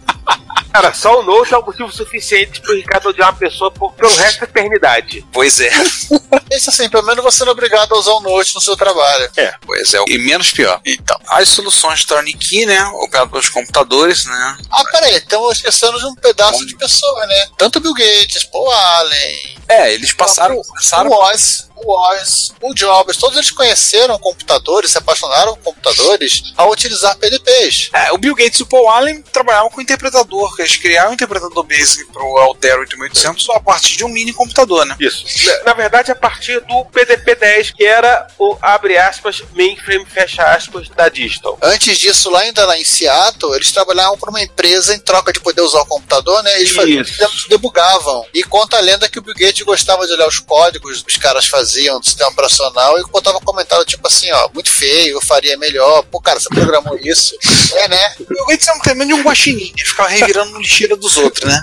Cara, só o Note é o motivo suficiente pro Ricardo odiar uma pessoa por, pelo resto da eternidade. pois é. [LAUGHS] Esse assim, pelo menos você não é obrigado a usar o Note no seu trabalho. Pois é. E menos pior. Então, as soluções Turnkey, né? Operado pelos computadores, né? Ah, peraí, estamos esquecendo de um pedaço de pessoa, né? Tanto Bill Gates, Paul Allen, É, eles passaram... passaram o Oz, o Oz, o Jobs, todos eles conheceram computadores, se apaixonaram por computadores ao utilizar PDPs. É, o Bill Gates e o Paul Allen trabalhavam com interpretador, que eles criaram um interpretador basic para o Altero 8800 a partir de um mini computador, né? Isso. Na- Na verdade, a partir do PDP-10, que era o, abre aspas, mainframe, fecha aspas, da Digital. Antes disso, lá ainda lá em Seattle, eles trabalhavam para uma empresa em troca de poder usar o computador, né? Eles Isso. faziam, debugavam. E conta a lenda que o Bill Gates gostava de olhar os códigos que os caras faziam do sistema operacional e botava comentário tipo assim, ó, muito feio, eu faria melhor. Pô, cara, você programou isso? É, né? Eu ia dizer um caminho de um guaxinim, né? ficava revirando no lixeira dos outros, né?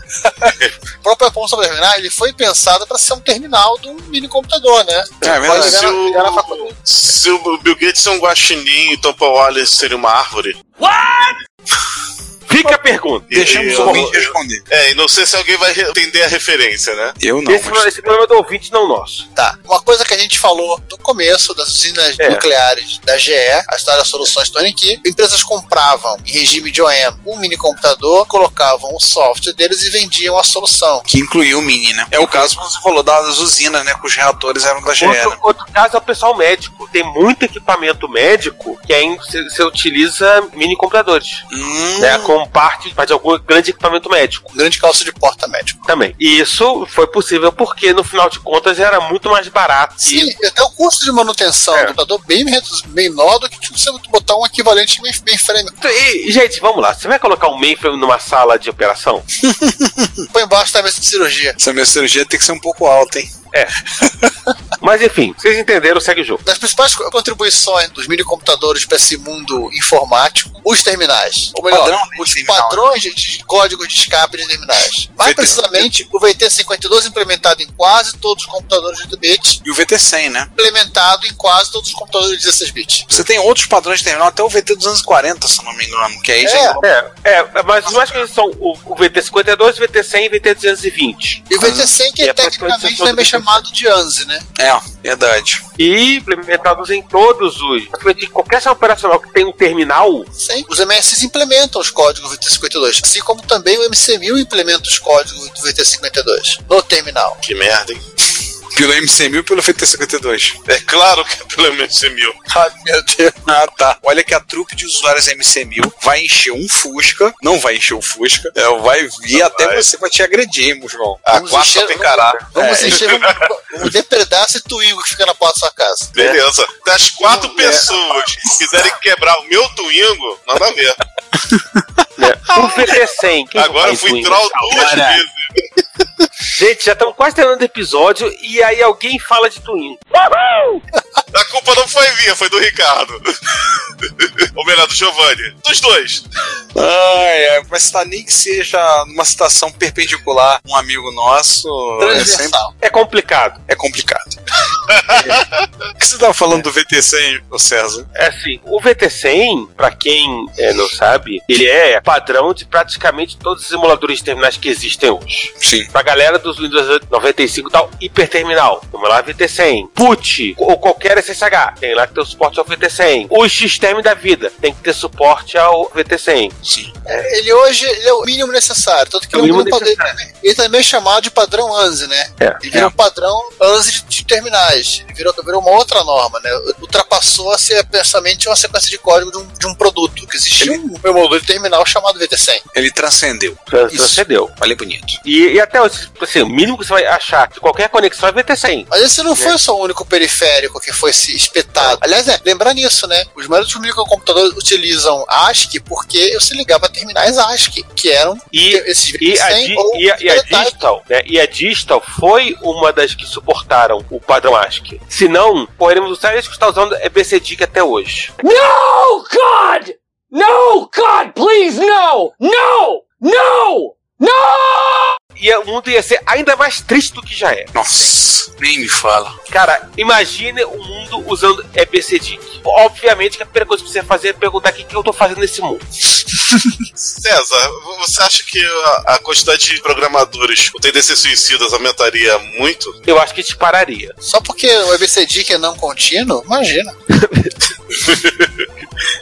O próprio Apple sobre terminal, ele foi pensado pra ser um terminal do mini computador, né? É, é verdade. Pode Se ligar na- ligar na faculdade. o, se o Bill Gates é um guaxinim e o Tom Wallace seria uma árvore. Fica a pergunta. E- Deixamos e o eu- ouvinte responder. É, e não sei se alguém vai re- entender a referência, né? Eu não. esse, mas- esse problema é do ouvinte, não nosso. Tá. Uma coisa que a gente falou no começo das usinas É. nucleares da GE, a história das soluções Tony Key, empresas compravam em regime de OEM um mini computador, colocavam o software deles e vendiam a solução. Que incluiu o Mini, né? É o caso que você falou das usinas, né? Que os reatores eram da GE. né? Outro, outro caso é o pessoal médico. Tem muito equipamento médico que ainda se, se utiliza mini computadores. Hum, Né, É. como parte de algum grande equipamento médico Um grande calço de porta médico. também. E isso foi possível porque, no final de contas, era muito mais barato. Sim, e até o custo de manutenção É. do computador bem redu- menor do que tipo, você botar um equivalente main- mainframe. E, gente, vamos lá. Você vai colocar um mainframe numa sala de operação? Põe embaixo da mesa de cirurgia. Essa minha cirurgia tem que ser um pouco alta, hein? Mas enfim, vocês entenderam, segue o jogo. Das principais co- contribuições dos minicomputadores para esse mundo informático, os terminais. Ou melhor, Padrão, né, os terminal, padrões de códigos de escape de terminais. Mais VT. precisamente, o VT52 implementado em quase todos os computadores de 8 bits, E o VT100, né? implementado em quase todos os computadores de 16 bits. Você tem outros padrões de terminal, até o VT240, se eu não me engano, que aí já É. engloba É, é mas as mais coisas são o, o VT52, o VT100 e o VT220. E o VT100 que E é praticamente tecnicamente todo também é VT. chamado de ANSI, né? É, verdade. E implementados em todos os. praticamente Qualquer sistema operacional que tem um terminal, Sim, os MSIs implementam os códigos do VT52, assim como também o MC1000 implementa os códigos do VT52 no terminal. Que merda, hein? Pelo MC1000 e pelo VT52. É claro que é pelo MC1000. Ai, meu Deus. Ah, tá. Olha que a trupe de usuários MC1000 vai encher um Fusca. Não vai encher o Fusca. É, vai vir Não até vai. você pra te agredir, hein, Musgol. A Vamos quarta encher- picará. Vamos É. encher, um vamos, vamos depredar esse Twingo que fica na porta da sua casa. Beleza. Das quatro pessoas que quiserem quebrar o meu Twingo, nada a ver. né? [LAUGHS] o VT100. quem Agora eu faz fui ruim? troll duas Agora- vezes. Gente, já estamos quase terminando o episódio e aí alguém fala de Twin. A culpa não foi minha, foi do Ricardo. [LAUGHS] Ou melhor, do Giovanni. Dos dois. Ai, ai, mas tá nem que seja numa situação perpendicular, um amigo nosso. É, sempre, Transversal. É complicado. é complicado. [LAUGHS] O que você tava falando do VT100, ô César? É assim, o VT100, pra quem é, não sabe, ele é padrão de praticamente todos os simuladores de terminais que existem hoje. Sim. Pra galera dos Windows 95 e tal, hiperterminal. Vamos lá, VT100. PUT, ou qualquer SSH, tem lá que ter o suporte ao VT100. O XTEM da vida, tem que ter suporte ao VT100. É, Ele hoje ele é o mínimo necessário, tanto que É o ele, é um mínimo padrão- necessário. ele também é chamado de padrão ANSI, né? É. Ele virou um padrão ANSI de, de terminais, ele virou, virou uma outra norma, né? Ultrapassou a ser pensamente uma sequência de código de um, de um produto, que existia um emulador de terminal chamado VT100. Ele transcendeu. Tran- Isso. Transcendeu. Olha bonito. E, e até hoje, assim, o mínimo que você vai achar de qualquer conexão é VT100. Mas esse É. não foi só o único periférico que foi se espetado. Aliás, é, lembrar nisso, né? Os maiores microcomputadores utilizam ASCII porque eu se ligava a terminais ASCII, que eram E, esses e, a, VT100 di- ou e, a, e a Teletype. Digital, né? E a Digital foi uma das que suportaram o padrão ASCII. Se não, correremos o sério que está usando é BCDIC até hoje. No, Oh, God! No, God, please, no! No! No! E o mundo ia ser ainda mais triste do que já é. Nossa, nem me fala. Cara, imagine o mundo usando é EBCDIC. Obviamente que a primeira coisa que você ia fazer é perguntar o que, que eu tô fazendo nesse mundo. César, vo- você acha que a, a quantidade de programadores com tendência suicidas aumentaria muito? Eu acho que dispararia. Só porque o EBCDIC é não contínuo? Imagina.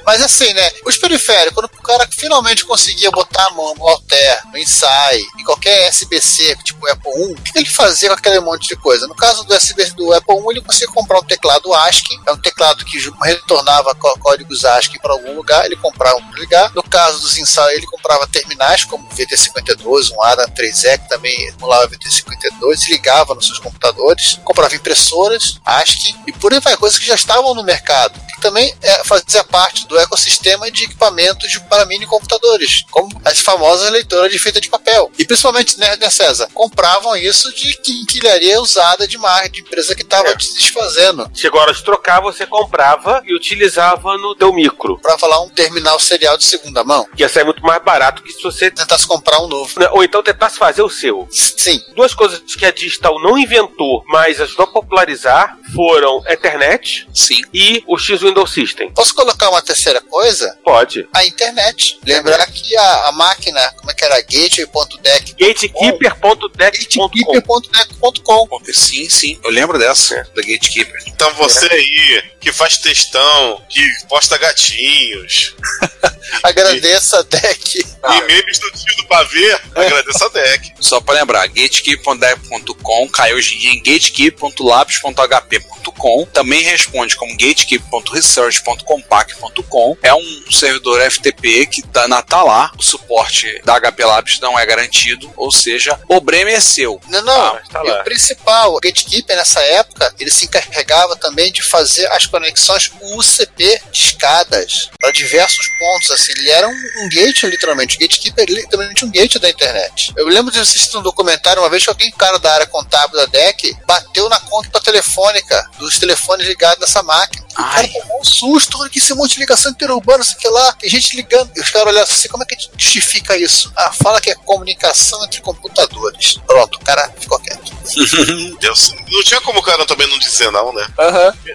Mas assim, né? Os periféricos, quando o cara finalmente conseguia botar a mão no Alter, no Insight, em qualquer SBC, tipo Apple I, o que ele fazia com aquele monte de coisa? No caso do SBC do Apple I, ele conseguia comprar um teclado ASCII, é um teclado que ju- retornava có- códigos ASCII para algum lugar, ele comprava um lugar. No caso dos Insight, ele comprava terminais como o VT52, um ADA 3E, que também emulava o VT52, e ligava nos seus computadores, comprava impressoras, ASCII, e por aí vai, coisas que já estavam no mercado, que também é, fazia parte do do ecossistema de equipamentos para mini computadores, como as famosas leitoras de fita de papel. E principalmente, né, né César? Compravam isso de quinquilharia usada de marca, de empresa que estava É. se desfazendo. Chegou a hora de trocar, você comprava e utilizava no teu micro. Para falar um terminal serial de segunda mão, Que ia sair muito mais barato que se você. tentasse comprar um novo. Ou então tentasse fazer o seu. Sim, Duas coisas que a Digital não inventou, mas ajudou a popularizar, foram a Ethernet Sim. e o X-Window System. Posso colocar uma terceira coisa? Pode. A internet. Lembrar que a, a máquina, como é que era? Gateway.deck. Gatekeeper.dex.com Gatekeeper.deck.com. Sim, sim. Eu lembro dessa, da Gatekeeper. Então você aí, que faz textão, que posta gatinhos Agradeça a deck. e memes do tio do pavê, agradeça a deck. [LAUGHS] Só pra lembrar, gatekeep.dev.com cai hoje em dia em gatekeep.labs.hp.com. Também responde como gatekeep.research.compact.com. É um servidor FTP que tá na tá lá. O suporte da HP Labs não é garantido, ou seja, o Bremer é seu. Não, não. Ah, mas tá e lá. o principal, o Gatekeeper nessa época, ele se encarregava também de fazer as conexões UCP discadas para diversos pontos. Assim, ele era um, um gate, literalmente. O Gatekeeper ele é literalmente um gate da internet. Eu lembro de assistir um documentário uma vez que alguém, cara da área contábil da DEC, bateu na conta telefônica dos telefones ligados nessa máquina. O cara Ai. tomou um susto, olha que esse monte de ligação interurbana, sei que lá, tem gente ligando. E os caras olharam assim, como é que a gente justifica isso? Ah, fala que é comunicação entre computadores. Pronto, o cara ficou quieto. Deus. Não tinha como o cara também não dizer não, né?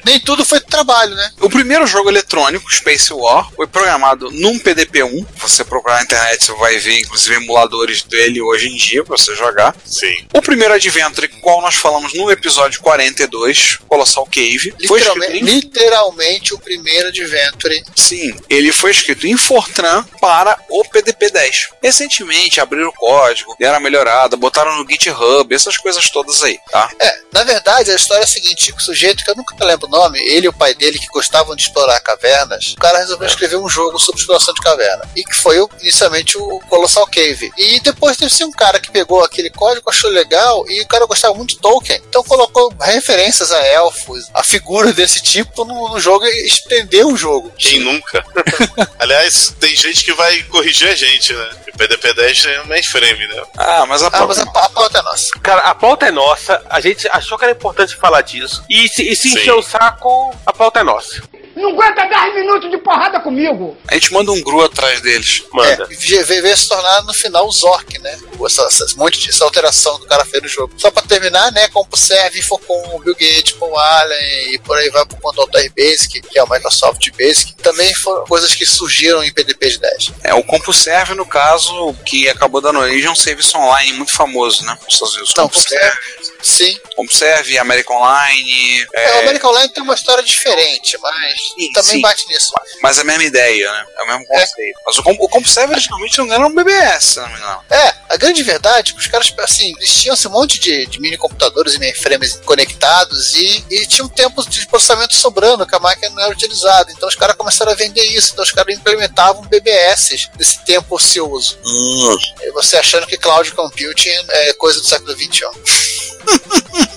Nem tudo foi trabalho, né? O primeiro jogo eletrônico, Space War, foi programado num PDP-1. Você procurar na internet, você vai ver, inclusive, emuladores dele hoje em dia pra você jogar. Sim. O primeiro Adventure, qual nós falamos no episódio 42, Colossal Cave, foi Literalme- escrito em Literalmente, o primeiro Adventure. Sim, ele foi escrito em Fortran para o PDP-10. Recentemente abriram o código, deram melhorada, botaram no GitHub, essas coisas todas aí, tá? É, na verdade, a história é a seguinte: o sujeito, que eu nunca lembro o nome, ele e o pai dele, que gostavam de explorar cavernas, o cara resolveu escrever um jogo sobre exploração de caverna. E que foi o- inicialmente o Colossal Cave. E depois teve sim um cara que pegou aquele código, achou legal, e o cara gostava muito de Tolkien. Então colocou referências a elfos, a figuras desse tipo no, no jogo e estendeu o jogo. Quem nunca? [LAUGHS] Aliás, tem gente que vai corrigir a gente, né? O PDP-10 é um mainframe, né? Ah, mas a Ah, mas a, pa- a pauta é nossa. Cara, a pauta é nossa, a gente achou que era importante falar disso. E se, e se Sim. encher o saco, a pauta é nossa. Não aguenta 10 minutos de porrada comigo! a gente manda um GRU atrás deles. Manda. É, ve- ve- veio se tornar no final o Zork, né? O- Essa, essa, esse monte de- essa alteração que o cara fez no jogo. Só pra terminar, né? Como serve Infocom, Bill Gates, Paul Allen e por aí vai pro conta Altair Basic, que é o Microsoft Basic. Também foram coisas que surgiram em PDP de 10. É, o CompuServe, no caso, que acabou dando origem a um serviço online muito famoso, né? Nos Estados Unidos. Não, CompuServe, Sim. CompuServe, American Online, É, o é, American Online tem uma história diferente, mas Sim, também sim. bate nisso. mas é a mesma ideia, né? É o mesmo É. conceito. Mas o, Com- o CompuServe, originalmente, não era um BBS, se não me engano. É, a grande verdade é que os caras, assim, eles tinham esse monte de, de mini computadores e mainframes conectados e, e tinha um tempo de processamento sobrando que a máquina não era utilizada. Então os caras começaram a vender isso. Então os caras implementavam BBS nesse tempo ocioso. Hum, E Você achando que cloud computing é coisa do século XXI.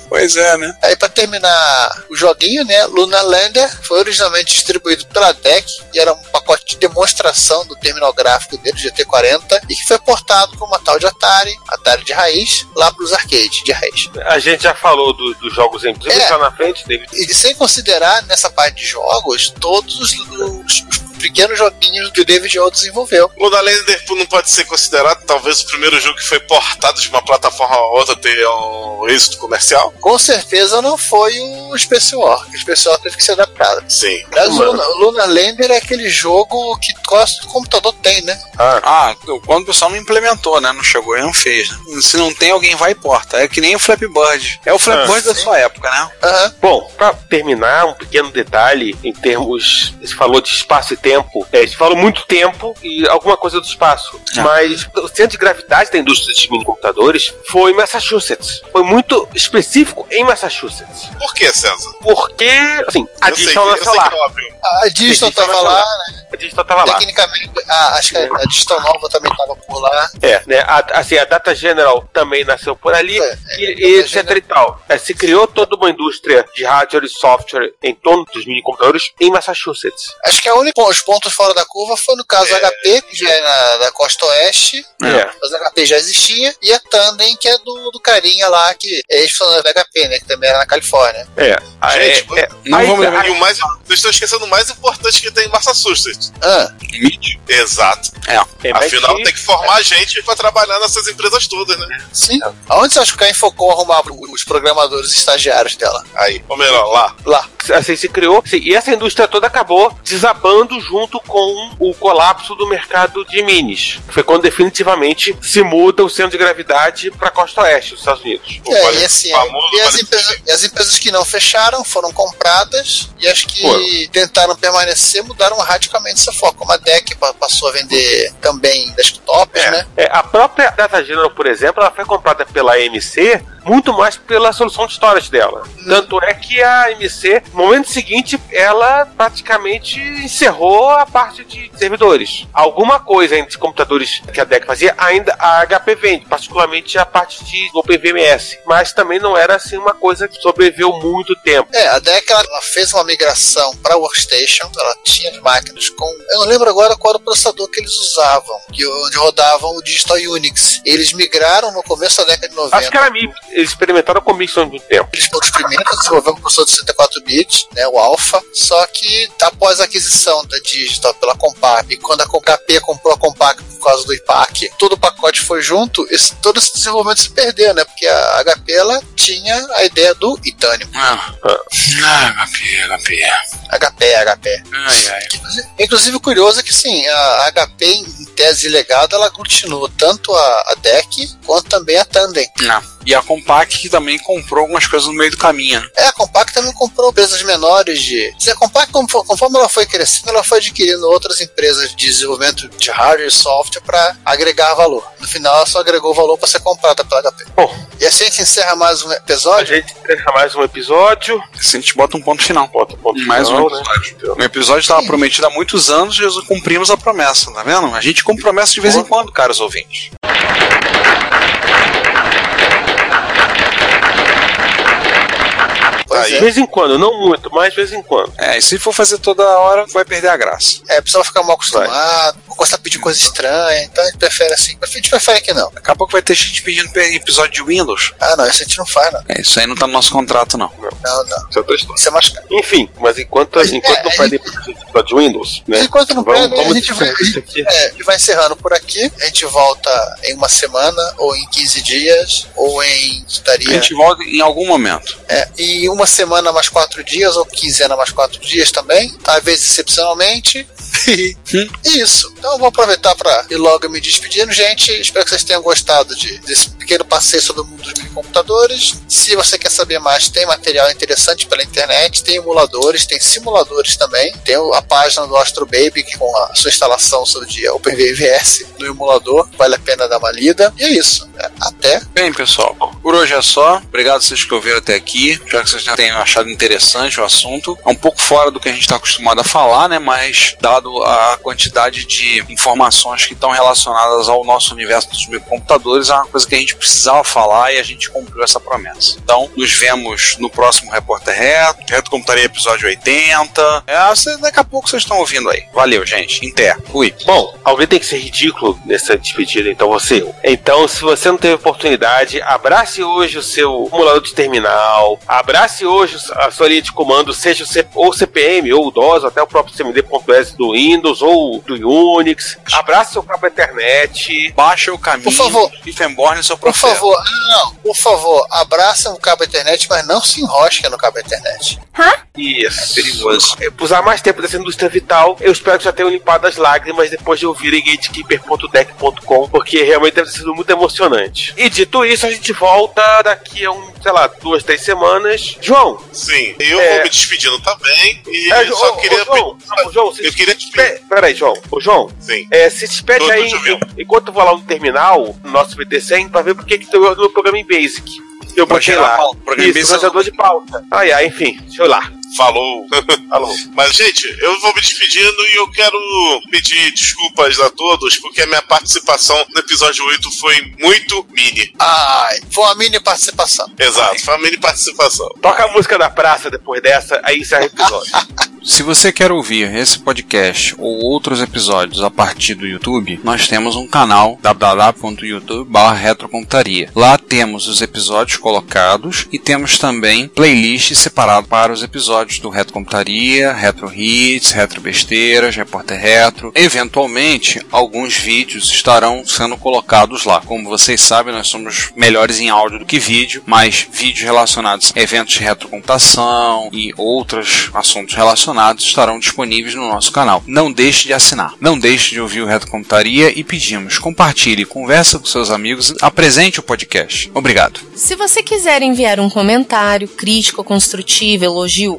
Pois é, né? Aí pra terminar o joguinho, né, Luna Lander foi originalmente distribuído pela DEC e era um pacote de demonstração do terminal gráfico dele, GT40, e que foi portado para uma tal de Atari, Atari de raiz, lá para os arcades de raiz. A gente já falou do- dos jogos em É. lá na frente, David. E sem considerar nessa parte de jogos todos os, os- os pequenos joguinhos que o David O desenvolveu. Luna Lander não pode ser considerado talvez o primeiro jogo que foi portado de uma plataforma a outra ter um êxito comercial? Com certeza não foi o Space War, que o Space War teve que ser adaptado. Sim. Aliás, o Mano. Luna, o Luna Lander é aquele jogo que quase todo computador tem, né? Ah, quando o pessoal não implementou, né? Não chegou e não fez. né? Se não tem, alguém vai e porta. É que nem o Flappy Bird. É o Flappy Ah, Bird da sim. sua época, né? Aham. Bom, pra terminar, um pequeno detalhe em termos. Você falou de espaço e tempo. É, você falou muito tempo e alguma coisa do espaço. Ah. Mas o centro de gravidade da indústria de minicomputadores foi em Massachusetts. Foi muito específico em Massachusetts. Por que, César? Porque, assim, a Eu sei Digital que- eu nasceu sei lá. que é óbvio. A Diston Disney tava tava lá, né? A Digital tava Tá lá. tecnicamente, a, acho que a, a Diston Nova também tava por lá. É, né? A, assim, a Data General também nasceu por ali, É, e, é, e Data etc e tal. É, se criou toda uma indústria de hardware e software em torno dos minicomputadores em Massachusetts. Acho que é o único os pontos fora da curva foi no caso HP, que já é na, da costa oeste, É. mas a HP já existia, e a Tandem, que é do, do carinha lá, que é ex-funcionário da HP, né, que também era na Califórnia. É. Ah, é, Gente, é, não aí- vamos lembrar E o mais. Vocês estão esquecendo o mais importante que tem em Massachusetts. Ah, Mitch. Exato. é, mas Afinal, que- tem que formar gente pra trabalhar nessas empresas todas, né? sim. Aonde você acha que a Infocom arrumava os programadores estagiários dela? Aí, ou melhor, lá. Lá. assim, se criou. Assim, e essa indústria toda acabou desabando junto com o colapso do mercado de minis. que Foi quando definitivamente se muda o centro de gravidade para a costa oeste dos Estados Unidos. O é, vale- e assim, famoso e as, vale- empresas, e as empresas que não fecharam foram compradas e as que Foram. tentaram permanecer mudaram radicalmente seu foco. Como a DEC pa- passou a vender também desktops, É. né? É, a própria Data General, por exemplo, ela foi comprada pela AMC muito mais pela solução de storage dela. Tanto é que a AMC, no momento seguinte, ela praticamente encerrou a parte de servidores. Alguma coisa entre computadores que a DEC fazia, ainda a HP vende, particularmente a parte de OpenVMS. Mas também não era assim uma coisa que sobreviveu muito tempo. É, a DEC ela, ela fez uma migração para workstation, ela tinha as máquinas com. Eu não lembro agora qual era o processador que eles usavam, que onde rodavam o Digital Unix. Eles migraram no começo da década de 90. Acho que era MIP. Eles experimentaram com MIP durante muito tempo. Eles foram os primeiros a desenvolver um processador de 64 bits, né, o Alpha. Só que após a aquisição da Digital pela Compaq, e quando a HP comprou a Compaq por causa do IPAC, todo o pacote foi junto, esse, todo esse desenvolvimento se perdeu, né? Porque a HP ela tinha a ideia do Itanium. Ah, ah HP, HP. HP, HP. Ai, ai. Inclusive, o curioso é que sim, a HP, em tese legada, ela aglutinou tanto a, a DEC quanto também a Tandem. Não. E a Compaq que também comprou algumas coisas no meio do caminho. né? É, a Compaq também comprou empresas menores de. Se A Compaq, confo- conforme ela foi crescendo, ela foi adquirindo outras empresas de desenvolvimento de hardware e software para agregar valor. No final, ela só agregou valor para ser comprada pela HP. Bom. E assim a gente encerra mais um A episódio. gente terá mais um episódio. Assim a gente bota um ponto final. Bota o ponto Mais um final, né? episódio. O episódio estava prometido há muitos anos e nós cumprimos a promessa, tá vendo? A gente cumpre promessa de vez em quando, caros ouvintes. Pois De é. vez em quando, não muito, mas de vez em quando. É, e se for fazer toda hora, vai perder a graça. É, o pessoal fica mal acostumado, começa a pedir coisa estranha, então a gente prefere assim. A gente prefere que não. Daqui a pouco vai ter gente pedindo pe- episódio de Windows. Ah, não, isso a gente não faz, não. É, isso aí não tá no nosso contrato, não. Não, não. Isso é outra história. Isso é mais caro. Enfim, mas enquanto, Mas, enquanto é, não é, pedem para de Windows, né? Enquanto não Vamos, pega, a vamos gente vai. isso aqui. É, a gente vai encerrando por aqui. A gente volta em uma semana, ou em 15 dias, ou em. A Estaria. gente volta em algum momento. É, e uma semana mais quatro dias, ou quinzena mais quatro dias também, talvez excepcionalmente. [LAUGHS] E Isso. Então eu vou aproveitar para ir logo me despedindo, gente. Espero que vocês tenham gostado de- desse pequeno passeio sobre o mundo dos microcomputadores. Se você quer saber mais, tem material interessante pela internet, tem emuladores, tem simuladores também. Tem o- a página do Astro Baby que com a sua instalação sobre de OpenVVS no emulador. Vale a pena dar uma lida. E é isso. É, Até. Bem, pessoal, por hoje é só. Obrigado a vocês que ouviram até aqui. Espero que vocês já tenham achado interessante o assunto. É um pouco fora do que a gente está acostumado a falar, né? Mas, dado a quantidade de informações que estão relacionadas ao nosso universo dos microcomputadores, é uma coisa que a gente precisava falar e a gente cumpriu essa promessa. Então, nos vemos no próximo Repórter Reto. Reto Computaria, episódio 80. É, vocês- daqui a pouco vocês estão ouvindo aí. Valeu, gente. Inter. Fui. Bom, alguém tem que ser ridículo nessa despedida, então você. Então, se você não teve oportunidade, abrace hoje o seu emulador de terminal, abrace hoje a sua linha de comando, seja o C ou CPM, ou o DOS, ou até o próprio CMD.S do Windows, ou do Unix. Abrace seu próprio internet. Baixa o caminho. Por favor. Stephen seu Por profeta. favor, não, não, por favor, abraçam o cabo internet, mas não se enrosquem no cabo internet. Isso. Perigoso. É, usar mais tempo dessa indústria vital. Eu espero que já tenham limpado as lágrimas depois de ouvirem gatekeeper.deck.com, porque realmente deve ter sido muito emocionante. E dito isso, a gente volta daqui a um, sei lá, duas, três semanas. João, Sim, eu É. vou me despedindo também. E é, eu só ô, ô, queria. João, pedir- ô, João, se eu queria te pedir. despe- Peraí, João. Ô, João, Sim. é, se despede Tô- tô aí te ouvindo. en- enquanto eu vou lá no terminal, no nosso BT100, pra ver por que que tu errou no programa em Basic. Eu Pra botei gerar lá. pauta. Programa em Isso, Basic- fazedor de pauta. Ai, ai, enfim, deixa eu ir lá. [LAUGHS] Falou. Falou. Mas, gente, eu vou me despedindo e eu quero pedir desculpas a todos, porque a minha participação no episódio 8 foi muito mini. Ai, foi uma mini participação. Exato, foi uma mini participação. Toca a música da praça depois dessa, aí encerra o episódio. Se você quer ouvir esse podcast ou outros episódios a partir do YouTube, nós temos um canal www.youtube.com/retrocomputaria. Lá temos os episódios colocados e temos também playlist separado para os episódios do Retro Computaria, Retro Hits, Retro Besteiras, Repórter Retro. Eventualmente, alguns vídeos estarão sendo colocados lá. Como vocês sabem, nós somos melhores em áudio do que vídeo, mas vídeos relacionados a eventos de retrocomputação e outros assuntos relacionados estarão disponíveis no nosso canal. Não deixe de assinar. Não deixe de ouvir o Retrocomputaria e pedimos, compartilhe, conversa com seus amigos, apresente o podcast. Obrigado. Se você quiser enviar um comentário, crítico, construtivo, elogio